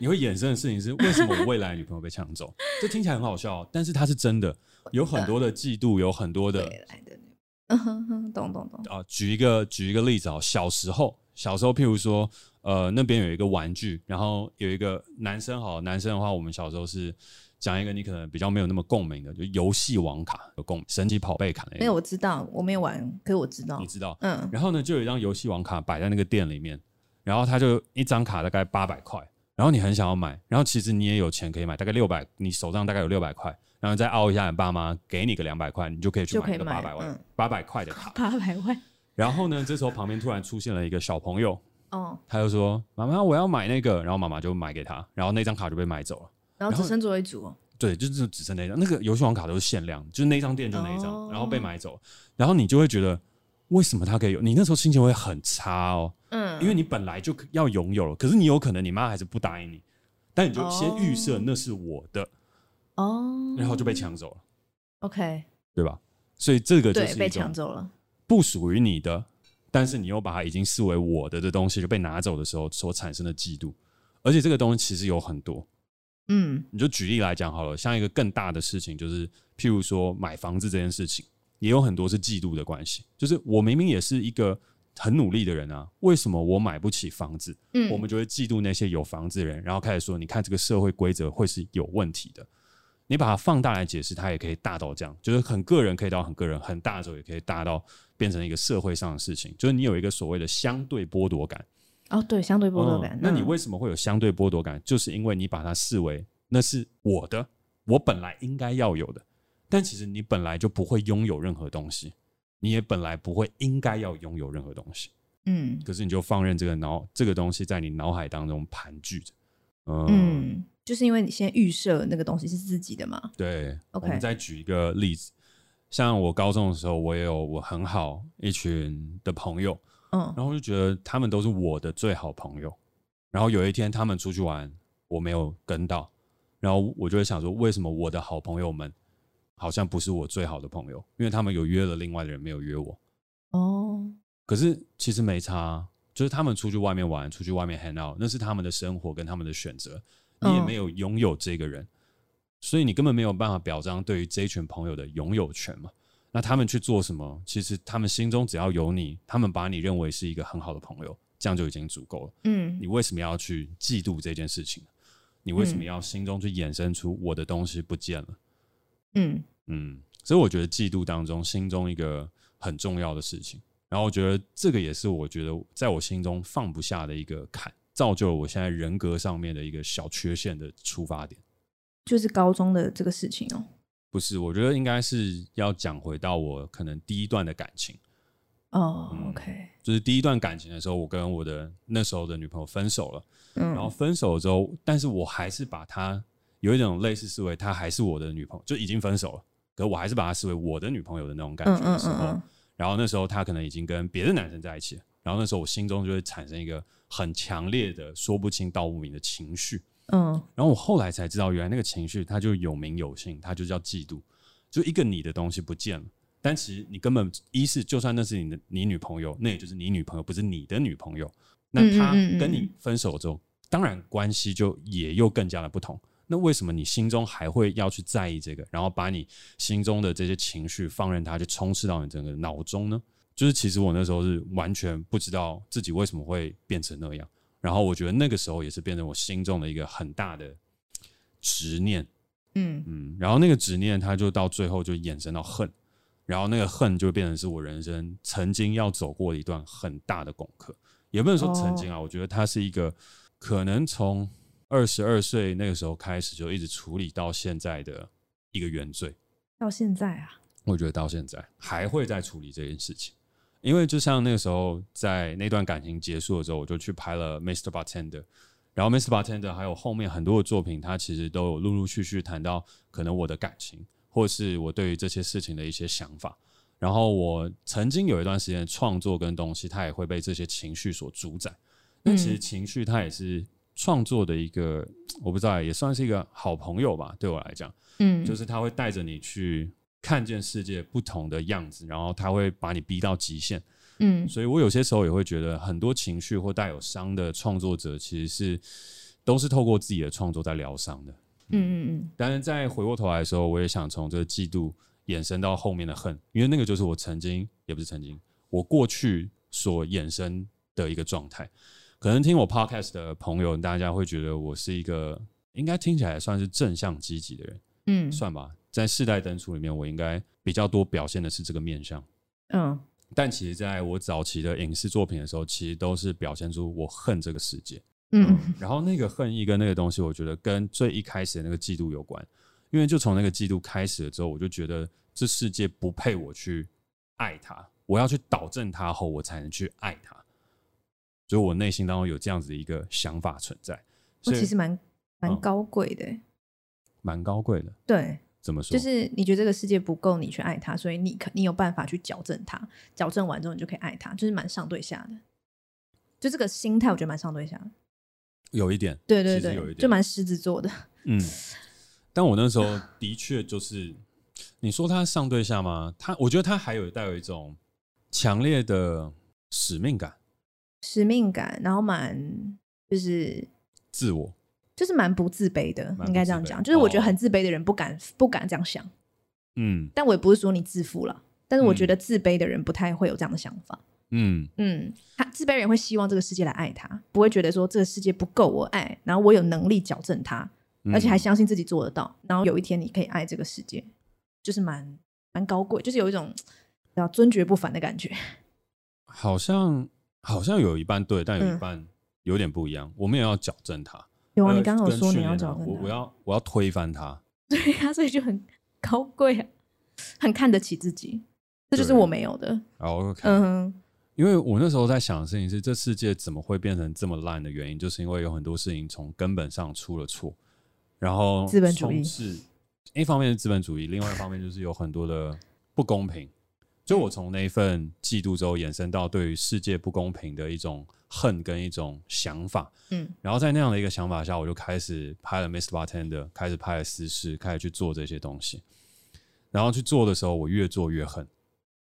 Speaker 2: 你会衍生的事情是，为什么我未来的女朋友被抢走？这听起来很好笑，哦但是它是真的，有很多的嫉妒，有很多的
Speaker 3: 未来的女，嗯哼哼，懂懂懂，
Speaker 2: 啊，举一个举一个例子哦，小时候，小时候，譬如说，呃，那边有一个玩具，然后有一个男生，好，男生的话，我们小时候是讲一个你可能比较没有那么共鸣的，就游戏王卡有共鸣神奇宝贝卡那
Speaker 3: 没
Speaker 2: 个，
Speaker 3: 有，我知道，我没有玩，可是我知道
Speaker 2: 你，知道？
Speaker 3: 嗯，
Speaker 2: 然后呢，就有一张游戏王卡摆在那个店里面，然后它就一张卡大概八百块，然后你很想要买，然后其实你也有钱可以买，大概六百，你手上大概有六百块，然后再凹一下你爸妈给你个两百块，你就可以去
Speaker 3: 就
Speaker 2: 买
Speaker 3: 可
Speaker 2: 一
Speaker 3: 以
Speaker 2: 个
Speaker 3: 买
Speaker 2: 八百万
Speaker 3: 嗯
Speaker 2: 八百块的卡。
Speaker 3: 八百万，
Speaker 2: 然后呢，这时候旁边突然出现了一个小朋友，
Speaker 3: 哦，
Speaker 2: 他就说：“妈妈，我要买那个。”然后妈妈就买给他，然后那张卡就被买走了。
Speaker 3: 然后
Speaker 2: 然后
Speaker 3: 只剩最后一组哦，
Speaker 2: 对，就是只剩那张，那个游戏王卡都是限量，就是那张店就那一张，
Speaker 3: 哦
Speaker 2: 然后被买走，然后你就会觉得为什么他可以有？你那时候心情会很差哦，
Speaker 3: 嗯，
Speaker 2: 因为你本来就要拥有了，可是你有可能你妈还是不答应你，但你就先预设那是我的，
Speaker 3: 哦，
Speaker 2: 然后就被抢走了，
Speaker 3: ，OK，
Speaker 2: 对吧？所以这个就
Speaker 3: 对，
Speaker 2: 是一
Speaker 3: 被抢
Speaker 2: 种
Speaker 3: 走了，
Speaker 2: 不属于你的，但是你又把它已经视为我的的东西就被拿走的时候所产生的嫉妒，而且这个东西其实有很多，
Speaker 3: 嗯，
Speaker 2: 你就举例来讲好了，像一个更大的事情，就是譬如说买房子这件事情，也有很多是嫉妒的关系。就是我明明也是一个很努力的人啊，为什么我买不起房子？
Speaker 3: 嗯
Speaker 2: 我们就会嫉妒那些有房子的人，然后开始说，你看这个社会规则会是有问题的。你把它放大来解释，它也可以大到这样，就是很个人可以到很个人，很大的时候也可以大到变成一个社会上的事情，就是你有一个所谓的相对剥夺感。
Speaker 3: 哦，对，相对剥夺感
Speaker 2: 嗯。那你
Speaker 3: 嗯
Speaker 2: 为什么会有相对剥夺感？就是因为你把它视为那是我的，我本来应该要有的，但其实你本来就不会拥有任何东西，你也本来不会应该要拥有任何东西，
Speaker 3: 嗯
Speaker 2: 可是你就放任这个脑这个东西在你脑海当中盘踞着。嗯，
Speaker 3: 嗯，就是因为你先预设那个东西是自己的嘛，
Speaker 2: 对。
Speaker 3: OK
Speaker 2: 我们再举一个例子，像我高中的时候，我也有我很好一群的朋友，
Speaker 3: 嗯，
Speaker 2: 然后我就觉得他们都是我的最好朋友。然后有一天他们出去玩，我没有跟到，然后我就会想说，为什么我的好朋友们好像不是我最好的朋友？因为他们有约了另外的人，没有约我。
Speaker 3: 哦，
Speaker 2: 可是其实没差啊，就是他们出去外面玩，出去外面 hang out，那是他们的生活跟他们的选择，你也
Speaker 3: 嗯
Speaker 2: 没有拥有这个人，所以你根本没有办法表彰对于这一群朋友的拥有权嘛。那他们去做什么？其实他们心中只要有你，他们把你认为是一个很好的朋友，这样就已经足够了。
Speaker 3: 嗯
Speaker 2: 你为什么要去嫉妒这件事情呢？你为什
Speaker 3: 嗯
Speaker 2: 么要心中去衍生出我的东西不见了？
Speaker 3: 嗯，
Speaker 2: 嗯，所以我觉得嫉妒当中，心中一个很重要的事情。然后我觉得这个也是我觉得在我心中放不下的一个坎，造就了我现在人格上面的一个小缺陷的出发点。
Speaker 3: 就是高中的这个事情哦。
Speaker 2: 不是，我觉得应该是要讲回到我可能第一段的感情，
Speaker 3: 哦、
Speaker 2: 嗯
Speaker 3: o k
Speaker 2: 就是第一段感情的时候，我跟我的那时候的女朋友分手了。
Speaker 3: 嗯，
Speaker 2: 然后分手之后，但是我还是把她有一种类似思维，她还是我的女朋友，就已经分手了，可我还是把她视为我的女朋友的那种感
Speaker 3: 嗯
Speaker 2: 觉的
Speaker 3: 嗯
Speaker 2: 时候，
Speaker 3: 嗯
Speaker 2: 然后那时候她可能已经跟别的男生在一起了，然后那时候我心中就会产生一个很强烈的说不清道不明的情绪，
Speaker 3: 嗯嗯，
Speaker 2: 然后我后来才知道，原来那个情绪它就有名有姓，它就叫嫉妒，就一个你的东西不见了。但其实你根本一是，就算那是你的你女朋友，那也就是你女朋友，不是你的女朋友。那她
Speaker 3: 嗯嗯嗯嗯
Speaker 2: 跟你分手之后，当然关系就也又更加的不同。那为什么你心中还会要去在意这个，然后把你心中的这些情绪放任它去充斥到你整个脑中呢？就是其实我那时候是完全不知道自己为什么会变成那样，然后我觉得那个时候也是变成我心中的一个很大的执念，
Speaker 3: 嗯
Speaker 2: 嗯，然后那个执念它就到最后就衍生到恨，然后那个恨就变成是我人生曾经要走过的一段很大的功课，也不能说曾经啊，我觉得它是一个可能从二十二岁那个时候开始就一直处理到现在的一个原罪。
Speaker 3: 到现在啊，
Speaker 2: 我觉得到现在还会再处理这件事情，因为就像那个时候在那段感情结束的时候，我就去拍了 Mr. Bartender，然后 Mr. Bartender 还有后面很多的作品，它其实都有陆陆续续谈到可能我的感情，或是我对于这些事情的一些想法。然后我曾经有一段时间的创作跟东西，它也会被这些情绪所主宰。那其实
Speaker 3: 嗯
Speaker 2: 情绪它也是创作的一个，我不知道，也算是一个好朋友吧，对我来讲。
Speaker 3: 嗯，
Speaker 2: 就是他会带着你去看见世界不同的样子，然后他会把你逼到极限。
Speaker 3: 嗯
Speaker 2: 所以我有些时候也会觉得，很多情绪或带有伤的创作者，其实是都是透过自己的创作在疗伤的。
Speaker 3: 嗯嗯
Speaker 2: 但是在回过头来的时候，我也想从这个嫉妒衍生到后面的恨，因为那个就是我曾经，也不是曾经，我过去所衍生的一个状态。可能听我 podcast 的朋友，大家会觉得我是一个应该听起来算是正向积极的人，
Speaker 3: 嗯
Speaker 2: 算吧。在世代登出里面，我应该比较多表现的是这个面相。
Speaker 3: 嗯
Speaker 2: 但其实，在我早期的影视作品的时候，其实都是表现出我恨这个世界。
Speaker 3: 嗯
Speaker 2: 然后那个恨意跟那个东西，我觉得跟最一开始的那个嫉妒有关，因为就从那个嫉妒开始了之后，我就觉得这世界不配我去爱它，我要去导正它后，我才能去爱它。所以我内心当中有这样子的一个想法存在，
Speaker 3: 我
Speaker 2: 所
Speaker 3: 其
Speaker 2: 以
Speaker 3: 实蛮蛮
Speaker 2: 嗯
Speaker 3: 高贵的欸、
Speaker 2: 蛮高贵的。
Speaker 3: 对，
Speaker 2: 怎么说？
Speaker 3: 就是你觉得这个世界不够你去爱它，所以你可你有办法去矫正它，矫正完之后你就可以爱它，就是蛮上对下的。就这个心态，我觉得蛮上对下的。
Speaker 2: 有一点，
Speaker 3: 对对
Speaker 2: 其实有
Speaker 3: 对，
Speaker 2: 一点
Speaker 3: 就蛮狮子座的。
Speaker 2: 嗯，但我那时候的确就是，你说他上对下吗？他，我觉得他还有带有一种强烈的使命感、
Speaker 3: 使命感，然后蛮就是
Speaker 2: 自我。
Speaker 3: 就是蛮不自卑的
Speaker 2: 不，自卑
Speaker 3: 应该这样讲。就是我觉得
Speaker 2: 哦
Speaker 3: 很自卑的人不敢、不敢这样想，
Speaker 2: 嗯
Speaker 3: 但我也不是说你自负了，但是我
Speaker 2: 嗯
Speaker 3: 觉得自卑的人不太会有这样的想法。
Speaker 2: 嗯，
Speaker 3: 嗯，他自卑人会希望这个世界来爱他，不会觉得说这个世界不够我爱，然后我有能力矫正他，
Speaker 2: 嗯
Speaker 3: 而且还相信自己做得到，然后有一天你可以爱这个世界，就是蛮蛮高贵，就是有一种叫尊爵不凡的感觉。
Speaker 2: 好像好像有一半对，但有
Speaker 3: 嗯
Speaker 2: 一半有点不一样。我们也要矫正他。
Speaker 3: 有啊，
Speaker 2: 呃
Speaker 3: 你刚刚有
Speaker 2: 跟
Speaker 3: 说
Speaker 2: 训
Speaker 3: 你要
Speaker 2: 练
Speaker 3: 找
Speaker 2: 他
Speaker 3: 正
Speaker 2: 我
Speaker 3: 他
Speaker 2: 我要我要推翻他。
Speaker 3: 对啊，所以就很高贵啊，很看得起自己，这就是
Speaker 2: 对
Speaker 3: 我没有的。
Speaker 2: 然后 OK，、
Speaker 3: 嗯哼，
Speaker 2: 因为我那时候在想的事情是，这世界怎么会变成这么烂的原因，就是因为有很多事情从根本上出了错，然后
Speaker 3: 资本主义
Speaker 2: 是一方面是资本主义，另外一方面就是有很多的不公平。就我从那一份嫉妒之后，衍生到对于世界不公平的一种恨跟一种想法，
Speaker 3: 嗯
Speaker 2: 然后在那样的一个想法下，我就开始拍了《Miss Bartender》，开始拍了《私事》，开始去做这些东西。然后去做的时候，我越做越恨，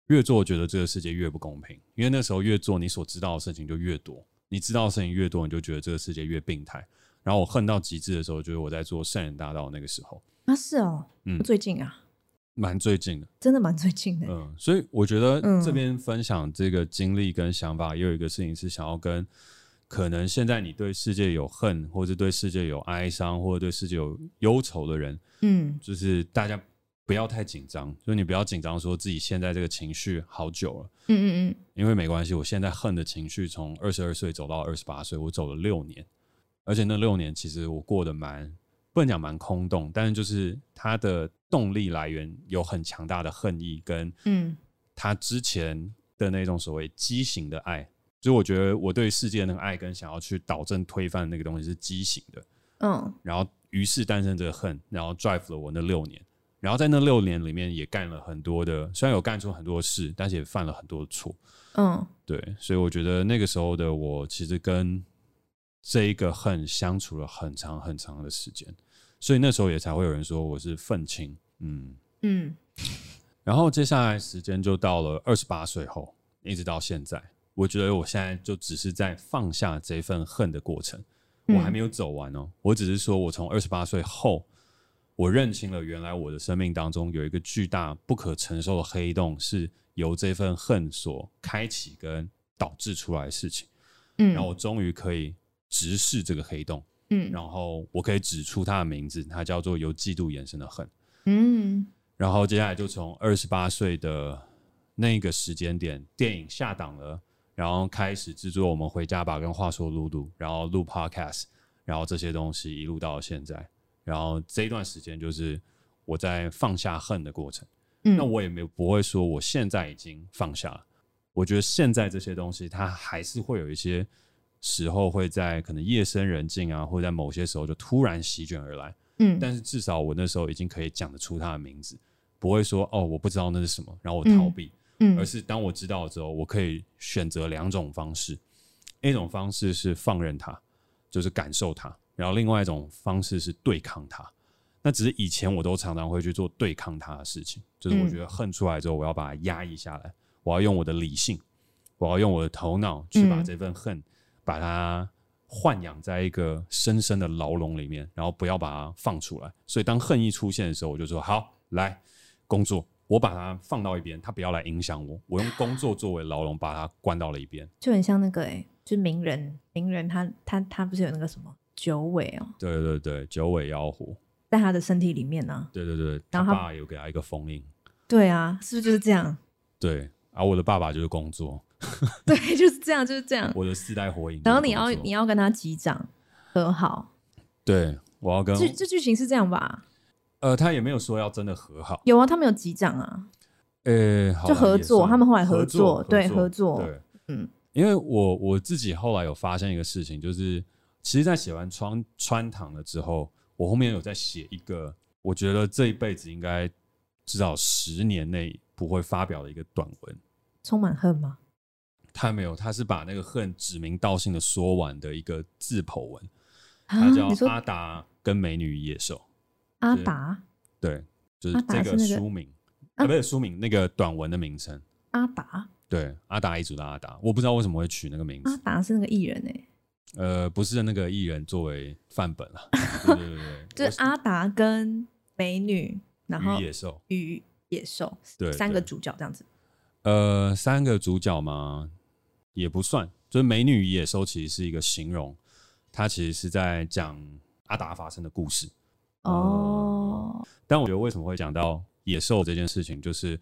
Speaker 2: 越做觉得这个世界越不公平，因为那时候越做，你所知道的事情就越多，你知道的事情越多，你就觉得这个世界越病态。然后我恨到极致的时候，就是我在做《圣人大道》那个时候，
Speaker 3: 啊是哦，
Speaker 2: 嗯
Speaker 3: 最近啊，
Speaker 2: 蛮最近的。
Speaker 3: 真的蛮最近的。
Speaker 2: 嗯，所以我觉得
Speaker 3: 嗯
Speaker 2: 这边分享这个经历跟想法，也有一个事情是想要跟可能现在你对世界有恨，或者对世界有哀伤，或者对世界有忧愁的人，
Speaker 3: 嗯
Speaker 2: 就是大家不要太紧张，就是你不要紧张，说自己现在这个情绪好久了，
Speaker 3: 嗯嗯嗯，
Speaker 2: 因为没关系，我现在恨的情绪从二十二岁走到二十八岁，我走了六年，而且那六年其实我过得蛮。不能讲蛮空洞，但是就是它的动力来源有很强大的恨意跟
Speaker 3: 嗯，
Speaker 2: 他之前的那种所谓畸形的爱，所以我觉得我对世界那个爱跟想要去导正推翻那个东西是畸形的，
Speaker 3: 嗯，
Speaker 2: 然后于是诞生这个恨，然后 drive 了我那六年，然后在那六年里面也干了很多的，虽然有干出很多事，但是也犯了很多的错，
Speaker 3: 嗯，
Speaker 2: 对，所以我觉得那个时候的我其实跟这一个恨相处了很长很长的时间，所以那时候也才会有人说我是愤青，嗯。
Speaker 3: 嗯，
Speaker 2: 然后接下来时间就到了二十八岁后，一直到现在，我觉得我现在就只是在放下这份恨的过程，
Speaker 3: 嗯
Speaker 2: 我还没有走完哦。我只是说我从二十八岁后，我认清了原来我的生命当中有一个巨大不可承受的黑洞，是由这份恨所开启跟导致出来的事情。
Speaker 3: 嗯，
Speaker 2: 然后我终于可以直视这个黑洞，
Speaker 3: 嗯
Speaker 2: 然后我可以指出它的名字，它叫做由嫉妒衍生的恨。
Speaker 3: 嗯
Speaker 2: 然后接下来就从二十八岁的那个时间点，电影下档了，然后开始制作我们回家吧跟话说露露，然后录 podcast，然后这些东西一路到现在，然后这一段时间就是我在放下恨的过程。
Speaker 3: 嗯，
Speaker 2: 那我也没有不会说我现在已经放下了。我觉得现在这些东西，它还是会有一些时候会在可能夜深人静啊，或者在某些时候就突然席卷而来。
Speaker 3: 嗯
Speaker 2: 但是至少我那时候已经可以讲得出他的名字，不会说哦我不知道那是什么，然后我逃避，
Speaker 3: 嗯
Speaker 2: 而是当我知道了之后，我可以选择两种方式，一种方式是放任它，就是感受它，然后另外一种方式是对抗它。那只是以前我都常常会去做对抗它的事情，就是我
Speaker 3: 嗯
Speaker 2: 觉得恨出来之后，我要把它压抑下来，我要用我的理性，我要用我的头脑去把
Speaker 3: 嗯
Speaker 2: 这份恨把它豢养在一个深深的牢笼里面，然后不要把它放出来。所以当恨意出现的时候，我就说好，来工作，我把它放到一边，它不要来影响我。我用工作作为牢 笼，把它关到了一边。
Speaker 3: 就很像那个哎、欸，就是名人，名人他他他不是有那个什么九尾哦，
Speaker 2: 对对对，九尾妖狐，
Speaker 3: 在他的身体里面呢、
Speaker 2: 对对对，他
Speaker 3: 然后
Speaker 2: 爸有给他一个封印，
Speaker 3: 对啊，是不是就是这样？
Speaker 2: 对，而我的爸爸就是工作，
Speaker 3: 对，就是这样，就是这样。
Speaker 2: 我的四代火影就是工作，
Speaker 3: 然后你要你要跟他击掌和好，
Speaker 2: 对，我要跟
Speaker 3: 这这剧情是这样吧？
Speaker 2: 呃，他也没有说要真的和好，
Speaker 3: 有啊，他们有击掌啊，
Speaker 2: 呃，好
Speaker 3: 就
Speaker 2: 啦
Speaker 3: 合
Speaker 2: 也
Speaker 3: 作
Speaker 2: 算
Speaker 3: 他们后来合
Speaker 2: 合
Speaker 3: 作对合作
Speaker 2: 对，
Speaker 3: 嗯
Speaker 2: 嗯，因为我我自己后来有发现一个事情，就是其实，在写完川川堂了之后，我后面有在写一个，我觉得这一辈子应该至少十年内不会发表的一个短文。
Speaker 3: 充满恨吗？
Speaker 2: 他没有，他是把那个恨指名道姓的说完的一个字口文，
Speaker 3: 啊
Speaker 2: 他叫
Speaker 3: 你说
Speaker 2: 阿达跟美女与野兽，
Speaker 3: 阿
Speaker 2: 对
Speaker 3: 达
Speaker 2: 对，就是
Speaker 3: 阿达
Speaker 2: 这
Speaker 3: 是那个
Speaker 2: 书名，
Speaker 3: 啊
Speaker 2: 啊，不是书名，那个短文的名称。
Speaker 3: 阿达
Speaker 2: 对，阿达一族的阿达，我不知道为什么会取那个名
Speaker 3: 阿
Speaker 2: 字，
Speaker 3: 达是那个艺人哎、
Speaker 2: 呃，不是那个艺人作为范本 啊，对对对
Speaker 3: 就
Speaker 2: 对，
Speaker 3: 是阿达跟美女，然
Speaker 2: 我
Speaker 3: 后
Speaker 2: 与野兽，
Speaker 3: 与野兽
Speaker 2: 对，
Speaker 3: 三个
Speaker 2: 对
Speaker 3: 主角这样子。
Speaker 2: 呃，三个主角嘛，也不算，就是美女与野兽其实是一个形容，它其实是在讲阿达发生的故事。
Speaker 3: 哦，
Speaker 2: 但我觉得为什么会讲到野兽这件事情，就是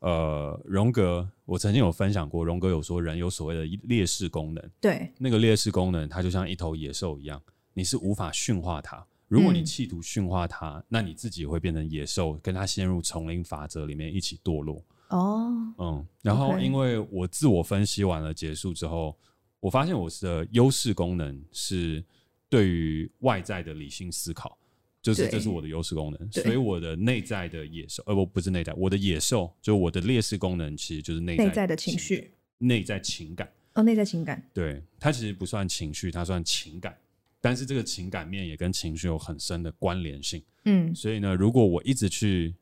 Speaker 2: 呃，荣格，我曾经有分享过，荣格有说人有所谓的劣势功能，
Speaker 3: 对，
Speaker 2: 那个劣势功能它就像一头野兽一样，你是无法驯化它。如果你
Speaker 3: 嗯
Speaker 2: 企图驯化它，那你自己也会变成野兽，跟它陷入丛林法则里面一起堕落。
Speaker 3: 哦，
Speaker 2: 嗯，然后
Speaker 3: OK
Speaker 2: 因为我自我分析完了结束之后，我发现我的优势功能是对于外在的理性思考，就是
Speaker 3: 对
Speaker 2: 这是我的优势功能，
Speaker 3: 对
Speaker 2: 所以我的内在的野兽，呃，不，不是内在，我的野兽，就我的劣势功能其实就是内
Speaker 3: 内在的情，绪，
Speaker 2: 内在情感，
Speaker 3: 哦，内在情感，
Speaker 2: 对，它其实不算情绪，它算情感。但是这个情感面也跟情绪有很深的关联性，
Speaker 3: 嗯，
Speaker 2: 所以呢，如果我一直去，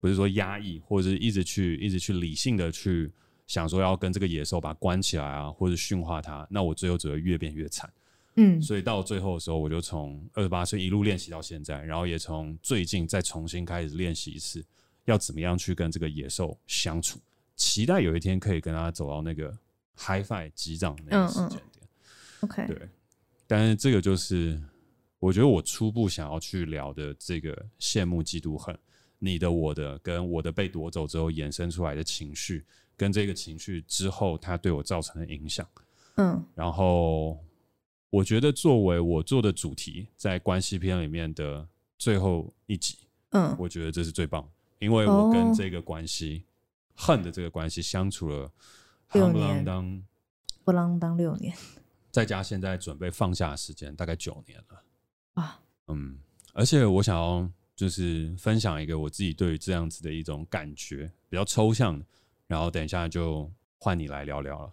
Speaker 2: 不是说压抑，或者是一直去一直去理性的去想说要跟这个野兽把它关起来啊，或者驯化它，那我最后只会越变越惨。
Speaker 3: 嗯，
Speaker 2: 所以到最后的时候，我就从二十八岁一路练习到现在，然后也从最近再重新开始练习一次，要怎么样去跟这个野兽相处。期待有一天可以跟它走到那个 HiFi 击掌的那个时间点。
Speaker 3: OK，
Speaker 2: 对，但是这个就是我觉得我初步想要去聊的这个羡慕、嫉妒、恨，你的、我的，跟我的被夺走之后衍生出来的情绪，跟这个情绪之后它对我造成的影响。
Speaker 3: 嗯，
Speaker 2: 然后我觉得作为我做的主题，在关系篇里面的最后一集，
Speaker 3: 嗯，
Speaker 2: 我觉得这是最棒，因为我
Speaker 3: 哦
Speaker 2: 跟这个关系、恨的这个关系相处了，
Speaker 3: 六
Speaker 2: 夯不
Speaker 3: 年
Speaker 2: 啷当，
Speaker 3: 不啷当六年
Speaker 2: 再加现在准备放下的时间，大概九年了。
Speaker 3: 啊，
Speaker 2: 嗯，而且我想要就是分享一个我自己对于这样子的一种感觉，比较抽象的。然后等一下就换你来聊聊了。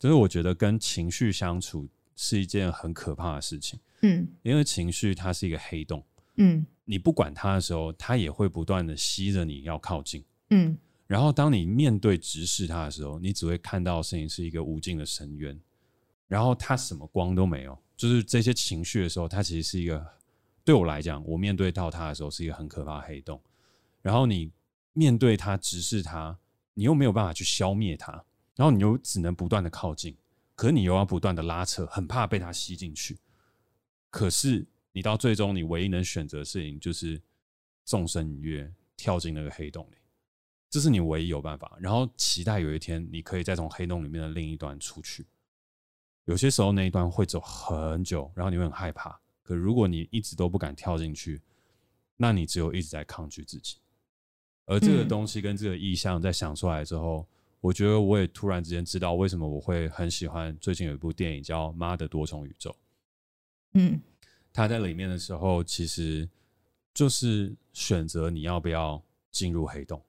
Speaker 2: 就是我觉得跟情绪相处是一件很可怕的事情，
Speaker 3: 嗯
Speaker 2: 因为情绪它是一个黑洞，
Speaker 3: 嗯
Speaker 2: 你不管它的时候，它也会不断的吸着你要靠近。
Speaker 3: 嗯，
Speaker 2: 然后当你面对直视它的时候，你只会看到的事情是一个无尽的深渊，然后它什么光都没有。就是这些情绪的时候，它其实是一个对我来讲，我面对到它的时候是一个很可怕的黑洞。然后你面对它、直视它，你又没有办法去消灭它，然后你又只能不断的靠近，可是你又要不断的拉扯，很怕被它吸进去。可是你到最终，你唯一能选择的事情就是纵身一跃，跳进那个黑洞里。这是你唯一有办法。然后期待有一天你可以再从黑洞里面的另一端出去。有些时候那一端会走很久，然后你会很害怕。可如果你一直都不敢跳进去，那你只有一直在抗拒自己。而这个
Speaker 3: 嗯
Speaker 2: 东西跟这个意向在想出来之后，我觉得我也突然之间知道为什么我会很喜欢最近有一部电影叫《妈的多重宇宙》。
Speaker 3: 嗯
Speaker 2: 他在里面的时候，其实就是选择你要不要进入黑洞，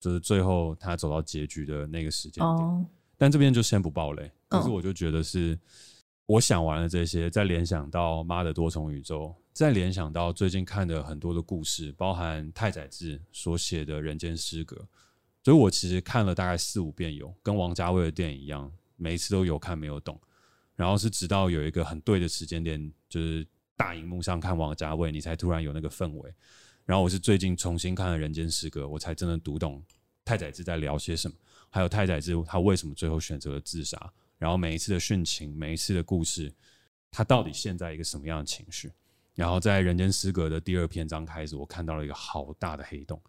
Speaker 2: 就是最后他走到结局的那个时间点。
Speaker 3: 哦，
Speaker 2: 但这边就先不爆雷。可是
Speaker 3: 嗯
Speaker 2: 我就觉得是，我想完了这些，再联想到妈的多重宇宙，再联想到最近看的很多的故事，包含太宰治所写的《人间失格》，所以我其实看了大概四五遍有，跟王家卫的电影一样，每一次都有看没有懂。然后是直到有一个很对的时间点，就是大荧幕上看王家卫，你才突然有那个氛围。然后我是最近重新看了《人间失格》，我才真的读懂太宰治在聊些什么，还有太宰治他为什么最后选择了自杀，然后每一次的殉情，每一次的故事，他到底现在一个什么样的情绪。然后在《人间失格》的第二篇章开始，我看到了一个好大的黑洞，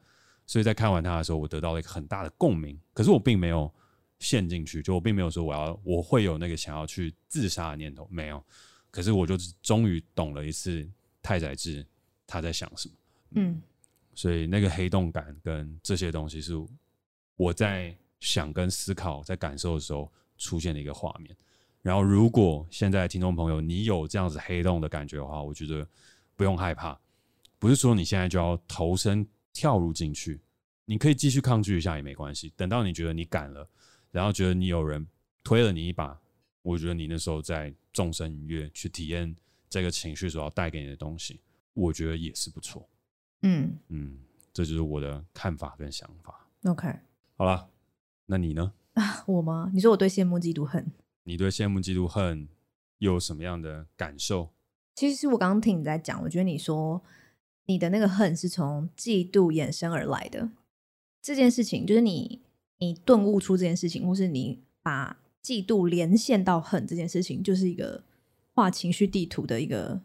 Speaker 2: 所以在看完它的时候，我得到了一个很大的共鸣。可是我并没有陷进去，就我并没有说我要我会有那个想要去自杀的念头，没有。可是我就终于懂了一次太宰治他在想什么，
Speaker 3: 嗯
Speaker 2: 所以那个黑洞感跟这些东西是我在想跟思考、在感受的时候出现的一个画面。然后，如果现在听众朋友你有这样子黑洞的感觉的话，我觉得不用害怕，不是说你现在就要投身跳入进去，你可以继续抗拒一下也没关系。等到你觉得你敢了，然后觉得你有人推了你一把，我觉得你那时候在纵身一跃去体验这个情绪所要带给你的东西，我觉得也是不错。
Speaker 3: 嗯
Speaker 2: 嗯，这就是我的看法跟想法。
Speaker 3: ，OK，啊
Speaker 2: 好了，那你呢？
Speaker 3: 我吗？你说我对羡慕嫉妒恨？
Speaker 2: 你对羡慕、嫉妒、恨有什么样的感受？
Speaker 3: 其实我刚刚听你在讲，我觉得你说你的那个恨是从嫉妒衍生而来的这件事情，就是你你顿悟出这件事情，或是你把嫉妒连线到恨这件事情，就是一个画情绪地图的一个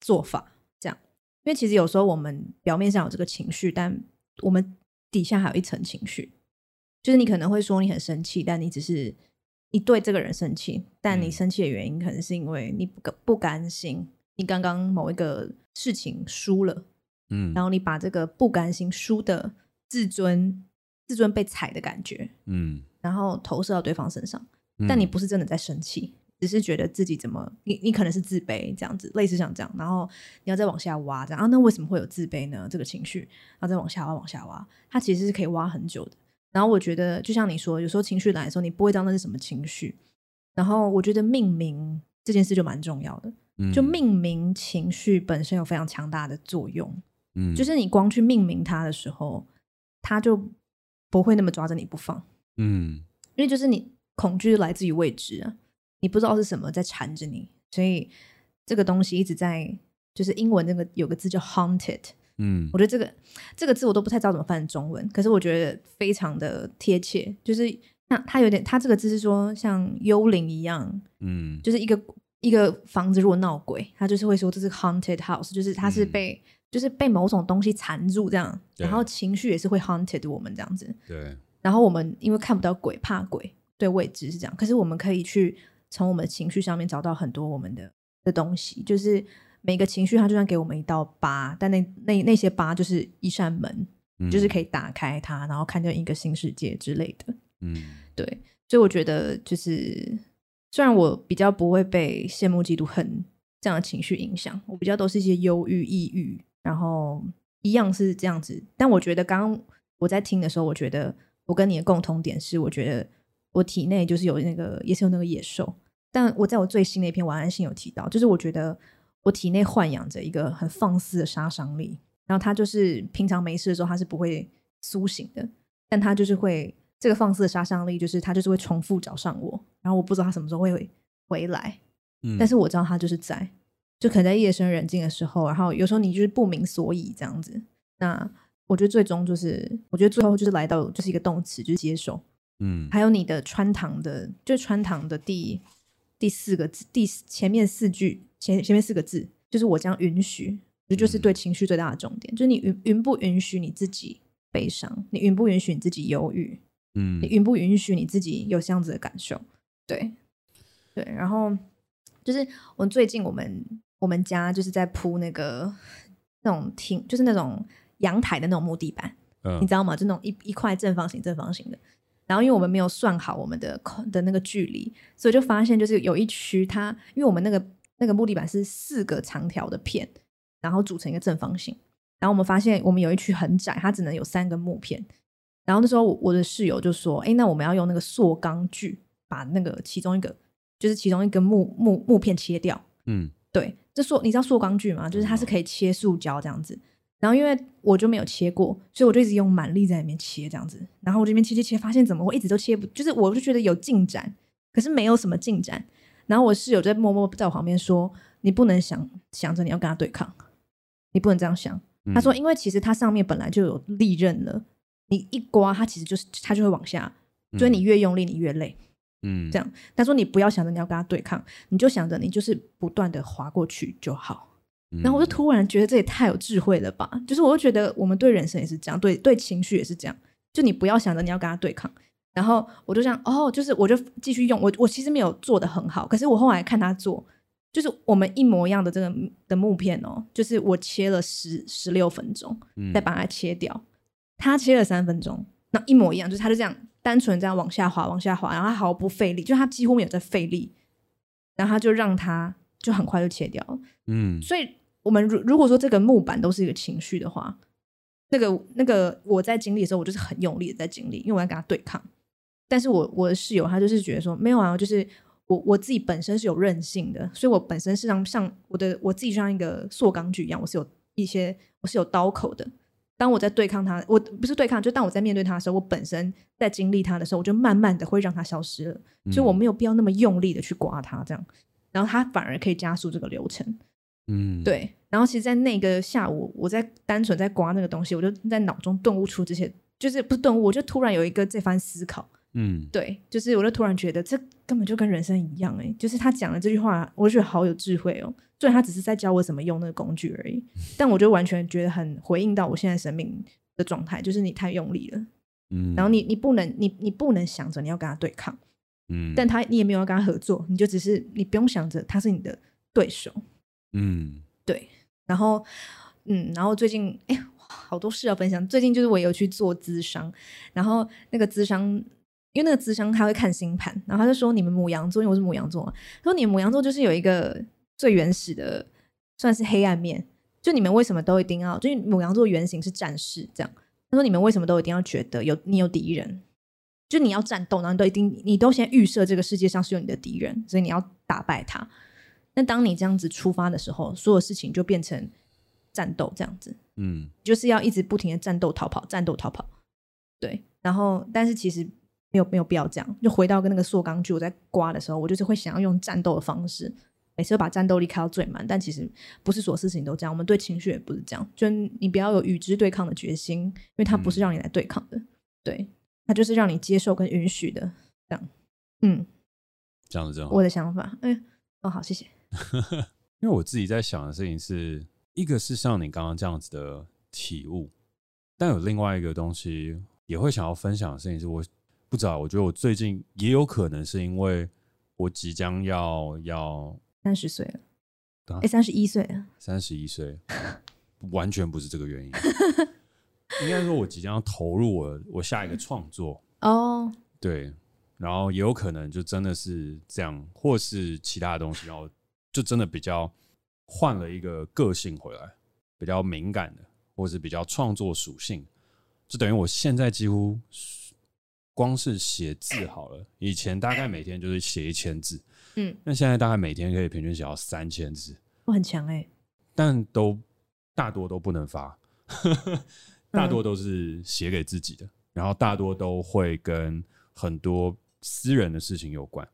Speaker 3: 做法。这样，因为其实有时候我们表面上有这个情绪，但我们底下还有一层情绪，就是你可能会说你很生气，但你只是你对这个人生气，但你
Speaker 2: 嗯
Speaker 3: 生气的原因可能是因为你不不甘心，你刚刚某一个事情输了，
Speaker 2: 嗯
Speaker 3: 然后你把这个不甘心输的自尊、自尊被踩的感觉，
Speaker 2: 嗯，
Speaker 3: 然后投射到对方身上，但你不是真的在生气，只是觉得自己怎么，你你可能是自卑这样子，类似像这样，然后你要再往下挖，这样啊，那为什么会有自卑呢？这个情绪，然后再往下挖，往下挖，它其实是可以挖很久的。然后我觉得，就像你说，有时候情绪来的时候，你不会知道那是什么情绪。然后我觉得命名这件事就蛮重要的，
Speaker 2: 嗯
Speaker 3: 就命名情绪本身有非常强大的作用。
Speaker 2: 嗯
Speaker 3: 就是你光去命名它的时候，它就不会那么抓着你不放，
Speaker 2: 嗯
Speaker 3: 因为就是你恐惧来自于未知啊，你不知道是什么在缠着你，所以这个东西一直在，就是英文那个有个字叫 haunted，
Speaker 2: 嗯
Speaker 3: 我觉得这个这个字我都不太知道怎么翻成中文，可是我觉得非常的贴切，就是那它有点，它这个字是说像幽灵一样，
Speaker 2: 嗯
Speaker 3: 就是一个一个房子如果闹鬼，他就是会说这是 haunted house，就是它是
Speaker 2: 嗯
Speaker 3: 被、就是被某种东西缠住这样，
Speaker 2: 对
Speaker 3: 然后情绪也是会 haunted 我们这样子，
Speaker 2: 对
Speaker 3: 然后我们因为看不到鬼，怕鬼，对未知是这样，可是我们可以去从我们情绪上面找到很多我们的的东西，就是。每个情绪，它就算给我们一道疤，但那那那些疤就是一扇门，
Speaker 2: 嗯
Speaker 3: 就是可
Speaker 2: 以
Speaker 3: 以打开它，然后看见一个新世界之类的。
Speaker 2: 嗯
Speaker 3: 对，所以我觉得就是，虽然我比较不会被羡慕、嫉妒、恨这样的情绪影响，我比较都是一些忧郁、抑郁，然后一样是这样子。但我觉得刚刚我在听的时候，我觉得我跟你的共同点是，我觉得我体内就是有那个，也是有那个野兽。但我在我最新的一篇晚安信有提到，就是我觉得我体内豢养着一个很放肆的杀伤力，然后它就是平常没事的时候，它是不会苏醒的，但它就是会这个放肆的杀伤力，就是它就是会重复找上我，然后我不知道它什么时候会回来，
Speaker 2: 嗯
Speaker 3: 但是我知道它就是在，就可能在夜深人静的时候，然后有时候你就是不明所以这样子。那我觉得最终就是，我觉得最后就是来到就是一个动词，就是接受。
Speaker 2: 嗯
Speaker 3: 还有你的穿堂的，就是穿堂的第第四个字，第四前面四句前前面四个字，就是我将允许，这就是对情绪最大的重点，就是你允允不允许你自己悲伤，你允不允许你自己忧郁，
Speaker 2: 嗯
Speaker 3: 你允不允许你自己有这样子的感受？对，对，然后就是我最近我们我们家就是在铺那个那种厅，就是那种阳台的那种木地板，
Speaker 2: 嗯
Speaker 3: 你知道吗？就那种一一块正方形、正方形的。然后因为我们没有算好我们的空的那个距离，所以就发现就是有一区它，因为我们那个那个木地板是四个长条的片，然后组成一个正方形。然后我们发现我们有一区很窄，它只能有三个木片。然后那时候我我的室友就说：“哎，那我们要用那个塑钢锯把那个其中一个，就是其中一个木木木片切掉。”
Speaker 2: 嗯
Speaker 3: 对，这塑你知道塑钢锯吗？就是它是可以切塑胶这样子。然后因为我就没有切过，所以我就一直用蛮力在里面切这样子。然后我这边切切切，发现怎么会一直都切不，就是我就觉得有进展，可是没有什么进展。然后我室友在默默在我旁边说：“你不能想想着你要跟他对抗，你不能这样想。”
Speaker 2: 嗯
Speaker 3: 他说：“因为其实它上面本来就有利刃了，你一刮它其实就是它就会往下，所以你越用力你越累。
Speaker 2: 嗯，
Speaker 3: 这样，他说你不要想着你要跟他对抗，你就想着你就是不断的划过去就好。
Speaker 2: 嗯，
Speaker 3: 然后我就突然觉得这也太有智慧了吧！就是我就觉得我们对人生也是这样，对对情绪也是这样，就你不要想着你要跟他对抗。然后我就想，哦，就是我就继续用我我其实没有做的很好，可是我后来看他做，就是我们一模一样的这个的木片哦，就是我切了十十六分钟，
Speaker 2: 嗯
Speaker 3: 再把它切掉，他切了三分钟，那一模一样，就是他就这样单纯这样往下滑往下滑，然后他毫不费力，就他几乎没有在费力，然后他就让他就很快就切掉了。
Speaker 2: 嗯
Speaker 3: 所以我们如如果说这个木板都是一个情绪的话，那个那个我在经历的时候，我就是很用力的在经历，因为我要跟他对抗。但是我我的室友他就是觉得说没有啊，就是我我自己本身是有韧性的，所以我本身是像像我的我自己像一个塑钢锯一样，我是有一些我是有刀口的。当我在对抗他，我不是对抗，就当我在面对他的时候，我本身在经历他的时候，我就慢慢的会让他消失了，所以
Speaker 2: 嗯
Speaker 3: 我没有必要那么用力的去刮他这样，然后他反而可以加速这个流程。
Speaker 2: 嗯，
Speaker 3: 对，然后其实，在那个下午，我在单纯在刮那个东西，我就在脑中顿悟出这些，就是不是顿悟，我就突然有一个这番思考。
Speaker 2: 嗯
Speaker 3: 对，就是我就突然觉得这根本就跟人生一样哎、就是他讲的这句话，我就觉得好有智慧哦。虽然他只是在教我怎么用那个工具而 已，但我就完全觉得很回应到我现在生命的状态，就是你太用力了，
Speaker 2: 嗯，
Speaker 3: 然后你你不能你你不能想着你要跟他对抗，
Speaker 2: 嗯，
Speaker 3: 但他你也没有要跟他合作，你就只是你不用想着他是你的对手，
Speaker 2: 嗯
Speaker 3: 然后，嗯，然后最近，哎，哇好多事要分享。最近就是我有去做咨商，然后那个咨商，因为那个咨商他会看星盘，然后他就说你们母羊座，因为我是母羊座嘛，他说你们母羊座就是有一个最原始的，算是黑暗面，就你们为什么都一定要，就是母羊座原型是战士这样。他说你们为什么都一定要觉得有你有敌人，就你要战斗，然后你都一定你都先预设这个世界上是有你的敌人，所以你要打败他。那当你这样子出发的时候，所有事情就变成战斗这样子，
Speaker 2: 嗯
Speaker 3: 就是要一直不停的战斗逃跑，战斗逃跑。对，然后但是其实没有没有必要这样。就回到跟那个塑钢锯，我在刮的时候，我就是会想要用战斗的方式，每次都把战斗力开到最满。但其实不是所有事情都这样，我们对情绪也不是这样。就你不要有与之对抗的决心，因为它不是让你来对抗的，对，它就是让你接受跟允许的这样。嗯，
Speaker 2: 这样子真好。
Speaker 3: 我的想法。 哎、哦，好，谢谢。
Speaker 2: 因为我自己在想的事情是，一个是像你刚刚这样子的体悟，但有另外一个东西也会想要分享的事情是，我不知道，我觉得我最近也有可能是因为我即将要要
Speaker 3: 三十岁了
Speaker 2: 对啊，
Speaker 3: 哎、三十一岁了，
Speaker 2: 三十一岁，完全不是这个原因。应该说，我即将要投入我我下一个创作，
Speaker 3: 哦，
Speaker 2: 对，然后也有可能就真的是这样，或是其他的东西，然后就真的比较换了一个个性回来，比较敏感的，或是比较创作属性，就等于我现在几乎光是写字好了，以前大概每天就是写一千字，
Speaker 3: 嗯，
Speaker 2: 那现在大概每天可以平均写到三千字，
Speaker 3: 我很强哎、
Speaker 2: 但都大多都不能发，大多都是写给自己的，然后大多都会跟很多私人的事情有关。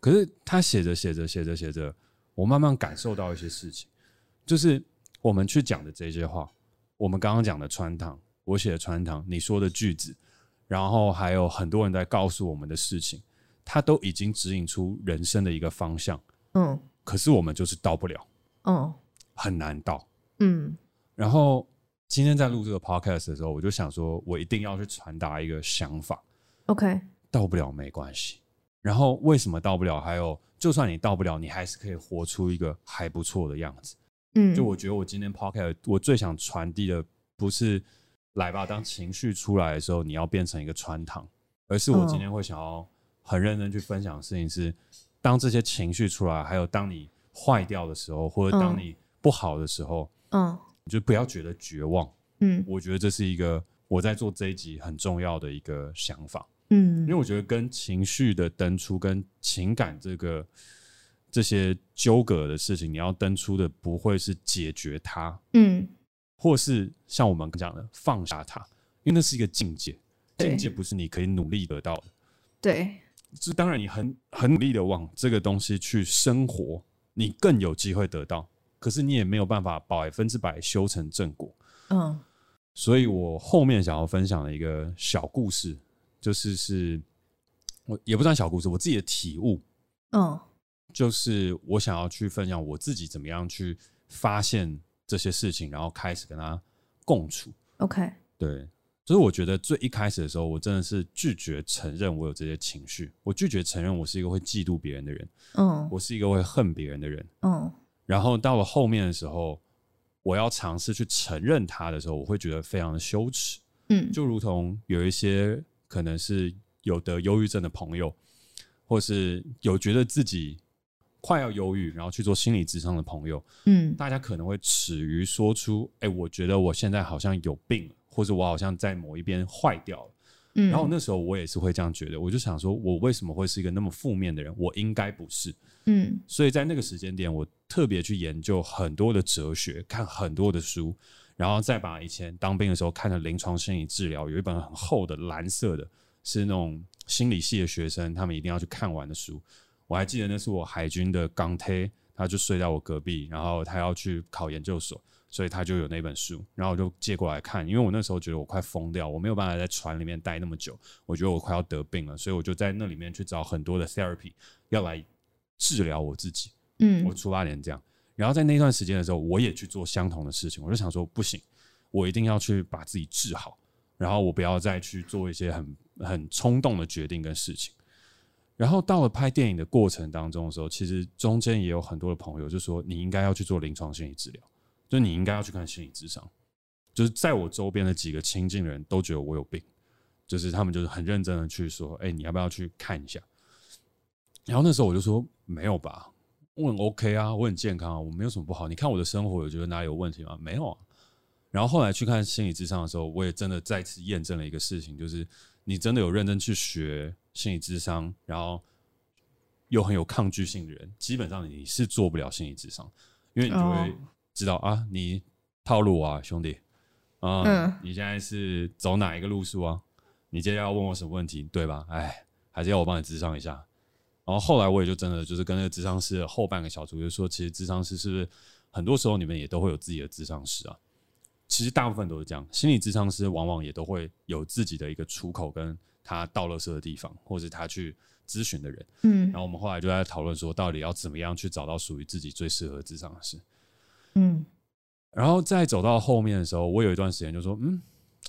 Speaker 2: 可是他写着写着写着写着，我慢慢感受到一些事情，就是我们去讲的这些话，我们刚刚讲的穿堂，我写的穿堂，你说的句子，然后还有很多人在告诉我们的事情，它都已经指引出人生的一个方向，
Speaker 3: 嗯
Speaker 2: 可是我们就是到不了，
Speaker 3: 嗯
Speaker 2: 很难到。
Speaker 3: 嗯
Speaker 2: 然后今天在录这个 podcast 的时候，我就想说，我一定要去传达一个想法，
Speaker 3: ，OK，
Speaker 2: 到不了没关系。然后为什么到不了？还有，就算你到不了，你还是可以活出一个还不错的样子。
Speaker 3: 嗯，
Speaker 2: 就我觉得，我今天 podcast 我最想传递的不是来吧，当情绪出来的时候，你要变成一个穿堂，而是我今天会想要很认真去分享的事情是，当这些情绪出来，还有当你坏掉的时候，或者当
Speaker 3: 嗯
Speaker 2: 你不好的时候，
Speaker 3: 嗯
Speaker 2: 你就不要觉得绝望。
Speaker 3: 嗯
Speaker 2: 我觉得这是一个我在做这一集很重要的一个想法，
Speaker 3: 嗯，
Speaker 2: 因为我觉得跟情绪的登出、跟情感这个这些纠葛的事情，你要登出的不会是解决它，
Speaker 3: 嗯
Speaker 2: 或是像我们讲的放下它，因为那是一个境界，
Speaker 3: 对
Speaker 2: 境界不是你可以努力得到的。
Speaker 3: 对，
Speaker 2: 这当然你很很努力的往这个东西去生活，你更有机会得到，可是你也没有办法百分之百修成正果。
Speaker 3: 嗯
Speaker 2: 所以我后面想要分享的一个小故事，就是是我也不算小故事，我自己的体悟
Speaker 3: 嗯
Speaker 2: 就是我想要去分享我自己怎么样去发现这些事情，然后开始跟他共处。
Speaker 3: ，OK，
Speaker 2: 对，所以我觉得最一开始的时候，我真的是拒绝承认我有这些情绪，我拒绝承认我是一个会嫉妒别人的人，
Speaker 3: 嗯
Speaker 2: 我是一个会恨别人的人。
Speaker 3: 嗯
Speaker 2: 然后到了后面的时候，我要尝试去承认他的时候，我会觉得非常的羞耻，
Speaker 3: 嗯，
Speaker 2: 就如同有一些可能是有得忧郁症的朋友，或是有觉得自己快要忧郁，然后去做心理咨商的朋友，
Speaker 3: 嗯
Speaker 2: 大家可能会耻于说出：“哎、我觉得我现在好像有病了，或者我好像在某一边坏掉了。
Speaker 3: 嗯，
Speaker 2: 然后那时候我也是会这样觉得，我就想说，我为什么会是一个那么负面的人？我应该不是。
Speaker 3: 嗯
Speaker 2: 所以在那个时间点，我特别去研究很多的哲学，看很多的书，然后再把以前当兵的时候看的临床心理治疗，有一本很厚的蓝色的，是那种心理系的学生他们一定要去看完的书。我还记得那是我海军的港铁，他就睡在我隔壁，然后他要去考研究所，所以他就有那本书，然后我就借过来看，因为我那时候觉得我快疯掉，我没有办法在船里面待那么久，我觉得我快要得病了，所以我就在那里面去找很多的 therapy 要来治疗我自己。我
Speaker 3: 嗯
Speaker 2: 出发点这样。然后在那段时间的时候，我也去做相同的事情，我就想说不行，我一定要去把自己治好，然后我不要再去做一些很很冲动的决定跟事情。然后到了拍电影的过程当中的时候，其实中间也有很多的朋友就说你应该要去做临床心理治疗，就你应该要去看心理智商。就是在我周边的几个亲近的人都觉得我有病，就是他们就是很认真的去说，哎、你要不要去看一下？然后那时候我就说没有吧，我很 OK 啊，我很健康啊，我没有什么不好。你看我的生活，有觉得哪里有问题吗？没有啊。然后后来去看心理智商的时候，我也真的再次验证了一个事情，就是你真的有认真去学心理智商，然后又很有抗拒性的人，基本上你是做不了心理智商，因为你就会
Speaker 3: 哦
Speaker 2: 知道、啊，你套路啊，兄弟啊，
Speaker 3: 嗯
Speaker 2: 你现在是走哪一个路数啊？你接下来要问我什么问题，对吧？哎，还是要我帮你智商一下。然后后来我也就真的就是跟那个智商师的后半个小组就说，其实智商师是不是很多时候你们也都会有自己的智商师啊？其实大部分都是这样，心理智商师往往也都会有自己的一个出口，跟他到垃圾的地方，或是他去咨询的人。
Speaker 3: 嗯
Speaker 2: 然后我们后来就在讨论说，到底要怎么样去找到属于自己最适合的智商师。
Speaker 3: 嗯
Speaker 2: 然后再走到后面的时候，我有一段时间就说，嗯，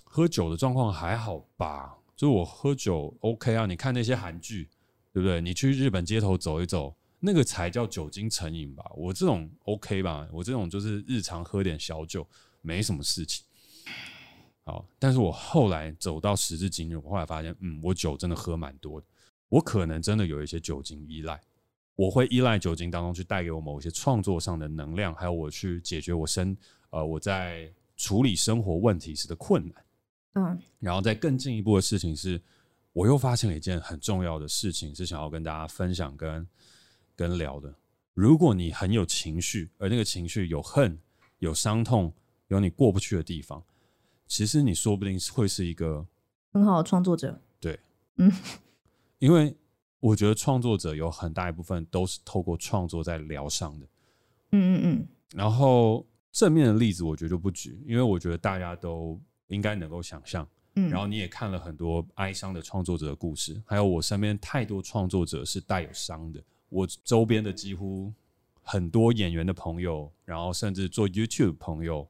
Speaker 2: 喝酒的状况还好吧，就是我喝酒 OK 啊，你看那些韩剧，对不对？你去日本街头走一走，那个才叫酒精成瘾吧？我这种 OK 吧？我这种就是日常喝点小酒，没什么事情。好，但是我后来走到时至今日，我后来发现，嗯，我酒真的喝蛮多的，我可能真的有一些酒精依赖。我会依赖酒精当中去带给我某一些创作上的能量，还有我去解决我生呃我在处理生活问题时的困难。
Speaker 3: 嗯
Speaker 2: 然后再更进一步的事情是，我又发现了一件很重要的事情，是想要跟大家分享跟跟聊的。如果你很有情绪，而那个情绪有恨、有伤痛、有你过不去的地方，其实你说不定会是一个
Speaker 3: 很好的创作者，
Speaker 2: 因为我觉得创作者有很大一部分都是透过创作在疗伤的。
Speaker 3: 嗯嗯嗯
Speaker 2: 然后正面的例子我觉得就不举，因为我觉得大家都应该能够想象。
Speaker 3: 嗯，
Speaker 2: 然后你也看了很多哀伤的创作者的故事，还有我身边太多创作者是带有伤的。我周边的几乎很多演员的朋友，然后甚至做 YouTube 朋友，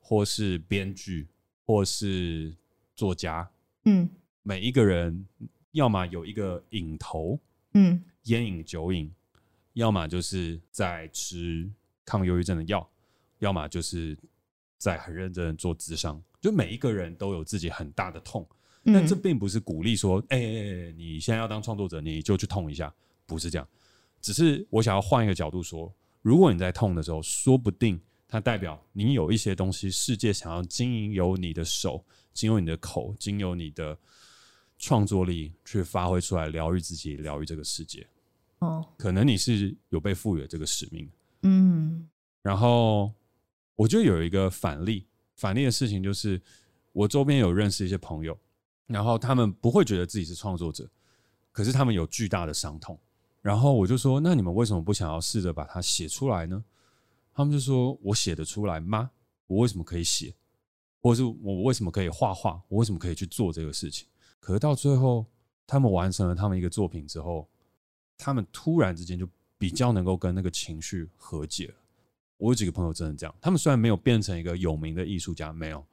Speaker 2: 或是编剧，或是作家，
Speaker 3: 嗯
Speaker 2: 每一个人要么有一个瘾头，
Speaker 3: 嗯
Speaker 2: 烟瘾、酒瘾，要么就是在吃抗忧郁症的药，要么就是在很认真的做咨商。就每一个人都有自己很大的痛，
Speaker 3: 嗯，
Speaker 2: 但这并不是鼓励说，哎、哎哎你现在要当创作者，你就去痛一下，不是这样。只是我想要换一个角度说，如果你在痛的时候，说不定它代表你有一些东西，世界想要经由你的手，经由你的口，经由你的创作力去发挥出来，疗愈自己，疗愈这个世界。
Speaker 3: 哦
Speaker 2: 可能你是有被赋予了这个使命的。
Speaker 3: 嗯
Speaker 2: 然后我觉得有一个反例，反例的事情就是，我周边有认识一些朋友，然后他们不会觉得自己是创作者，可是他们有巨大的伤痛。然后我就说，那你们为什么不想要试着把它写出来呢？他们就说，我写得出来吗？我为什么可以写？或者是我为什么可以画画？我为什么可以去做这个事情？可是到最后，他们完成了他们一个作品之后，他们突然之间就比较能够跟那个情绪和解了。我有几个朋友真的这样，他们虽然没有变成一个有名的艺术家，没有，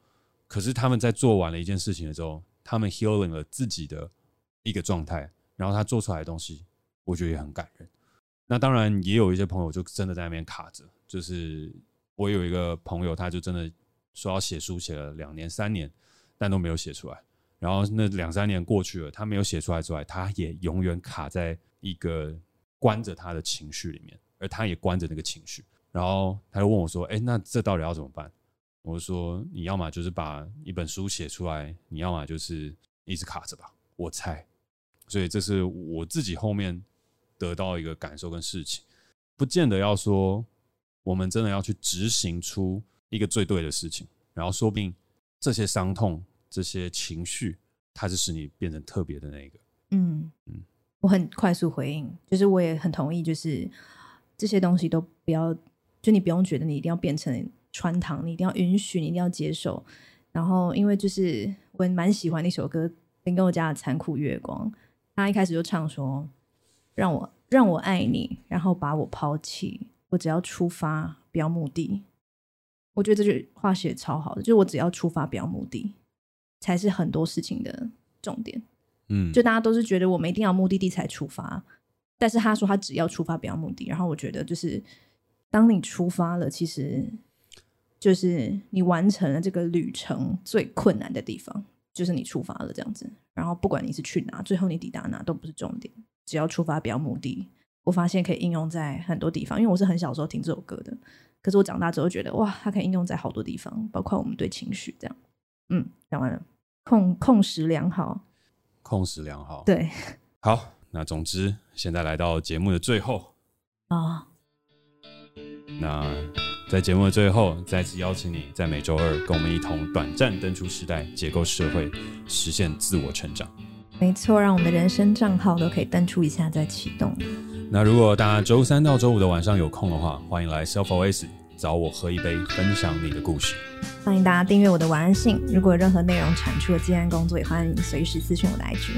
Speaker 2: 可是他们在做完了一件事情的时候，他们 healing 了自己的一个状态，然后他做出来的东西，我觉得也很感人。那当然也有一些朋友就真的在那边卡着，就是我有一个朋友，他就真的说要写书，写了两年三年，但都没有写出来。然后那两三年过去了，他没有写出来之外，他也永远卡在一个关着他的情绪里面，而他也关着那个情绪。然后他就问我说：“哎、那这到底要怎么办？”我就说：“你要么就是把一本书写出来，你要么就是一直卡着吧。”我猜，所以这是我自己后面得到一个感受跟事情，不见得要说我们真的要去执行出一个最对的事情，然后说不定这些伤痛、这些情绪，它是使你变成特别的那一个。
Speaker 3: 嗯
Speaker 2: 嗯
Speaker 3: 我很快速回应，就是我也很同意，就是这些东西都不要，就你不用觉得你一定要变成穿堂，你一定要允许，你一定要接受。然后，因为就是我也蛮喜欢的一首歌《林宥嘉的残酷月光》，他一开始就唱说：“让我让我爱你，然后把我抛弃，我只要出发，不要目的。”我觉得这句话写得超好的，就是我只要出发，不要目的，才是很多事情的重点。
Speaker 2: 嗯
Speaker 3: 就大家都是觉得我们一定要有目的地才出发，但是他说他只要出发不要目的。然后我觉得就是，当你出发了，其实就是你完成了这个旅程最困难的地方，就是你出发了这样子。然后不管你是去哪，最后你抵达哪都不是重点，只要出发不要目的。我发现可以应用在很多地方，因为我是很小时候听这首歌的，可是我长大之后觉得哇，它可以应用在好多地方，包括我们对情绪这样。嗯，讲完了，控控时良好，
Speaker 2: 控时良好。
Speaker 3: 对。
Speaker 2: 好，那总之现在来到节目的最后，
Speaker 3: 啊、
Speaker 2: 那在节目的最后，再次邀请你在每周二跟我们一同短暂登出时代，解构社会，实现自我成长。
Speaker 3: 没错，让我们的人生账号都可以登出一下再启动。
Speaker 2: 那如果大家周三到周五的晚上有空的话，欢迎来 Self OS 找我喝一杯，分享你的故事。
Speaker 3: 欢迎大家订阅我的晚安信。如果有任何内容产出的接案工作，也欢迎随时私讯我的 IG。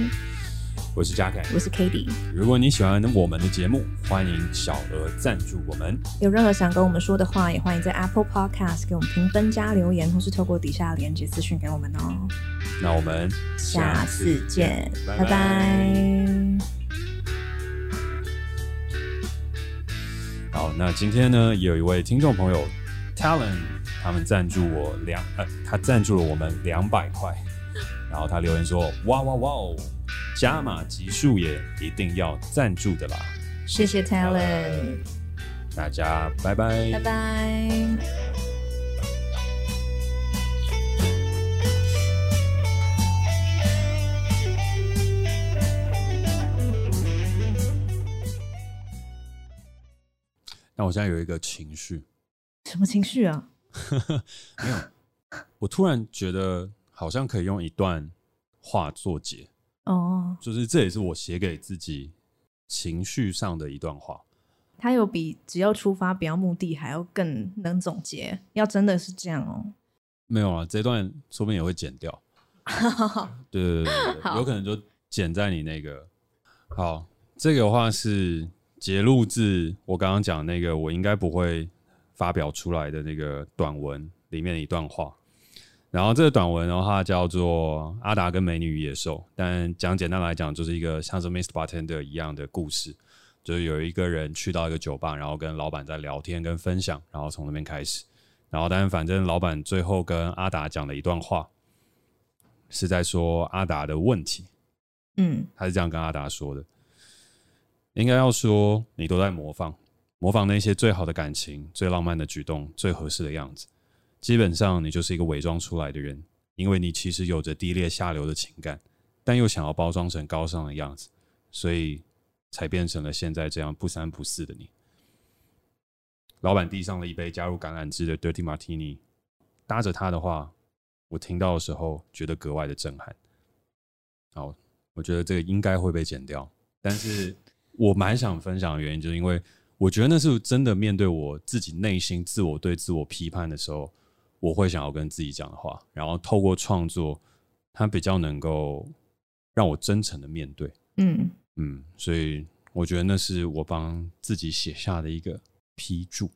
Speaker 2: 我是嘉凯，
Speaker 3: 我是 k a t i e
Speaker 2: 如果你喜欢我们的节目，欢迎小额赞助我们。
Speaker 3: 有任何想跟我们说的话，也欢迎在 Apple Podcast 给我们评分加留言，或是透过底下的连接私讯给我们哦。
Speaker 2: 那我们
Speaker 3: 下次见，
Speaker 2: 拜
Speaker 3: 拜拜
Speaker 2: 好，那今天呢，也有一位听众朋友 Talon，他们赞助我两呃，他赞助了我们两百块，然后他留言说：哇哇哇哦，加码级数也一定要赞助的啦
Speaker 3: 谢谢 Talent，
Speaker 2: 大家拜
Speaker 3: 拜拜。
Speaker 2: 那我现在有一个情绪，
Speaker 3: 什么情绪啊？
Speaker 2: 我突然觉得好像可以用一段话做结，
Speaker 3: 哦，
Speaker 2: 就是这也是我写给自己情绪上的一段话。
Speaker 3: 他有比只要出发不要目的还要更能总结，要真的是这样哦。
Speaker 2: 没有啊，这段说不定也会剪掉。对对对对对对，
Speaker 3: 好
Speaker 2: 有可能就剪在你那个。好，这个的话是节录自我刚刚讲那个，我应该不会发表出来的那个短文里面的一段话。然后这个短文的话叫做《阿达跟美女与野兽》，但讲简单来讲，就是一个像是《Mr. Bartender》一样的故事，就是有一个人去到一个酒吧，然后跟老板在聊天跟分享，然后从那边开始。然后，但是反正老板最后跟阿达讲了一段话，是在说阿达的问题。
Speaker 3: 嗯，
Speaker 2: 他是这样跟阿达说的：“应该要说你都在模仿，模仿那些最好的感情、最浪漫的举动、最合适的样子。基本上你就是一个伪装出来的人，因为你其实有着低劣下流的情感，但又想要包装成高尚的样子，所以才变成了现在这样不三不四的你。”老板递上了一杯加入橄榄枝的 Dirty Martini，搭着它的话，我听到的时候觉得格外的震撼。好，我觉得这个应该会被剪掉，但是我蛮想分享的原因，就是因为我觉得那是真的面对我自己内心自我对自我批判的时候，我会想要跟自己讲的话，然后透过创作，它比较能够让我真诚的面对。
Speaker 3: 嗯，
Speaker 2: 嗯，所以我觉得那是我帮自己写下的一个批注。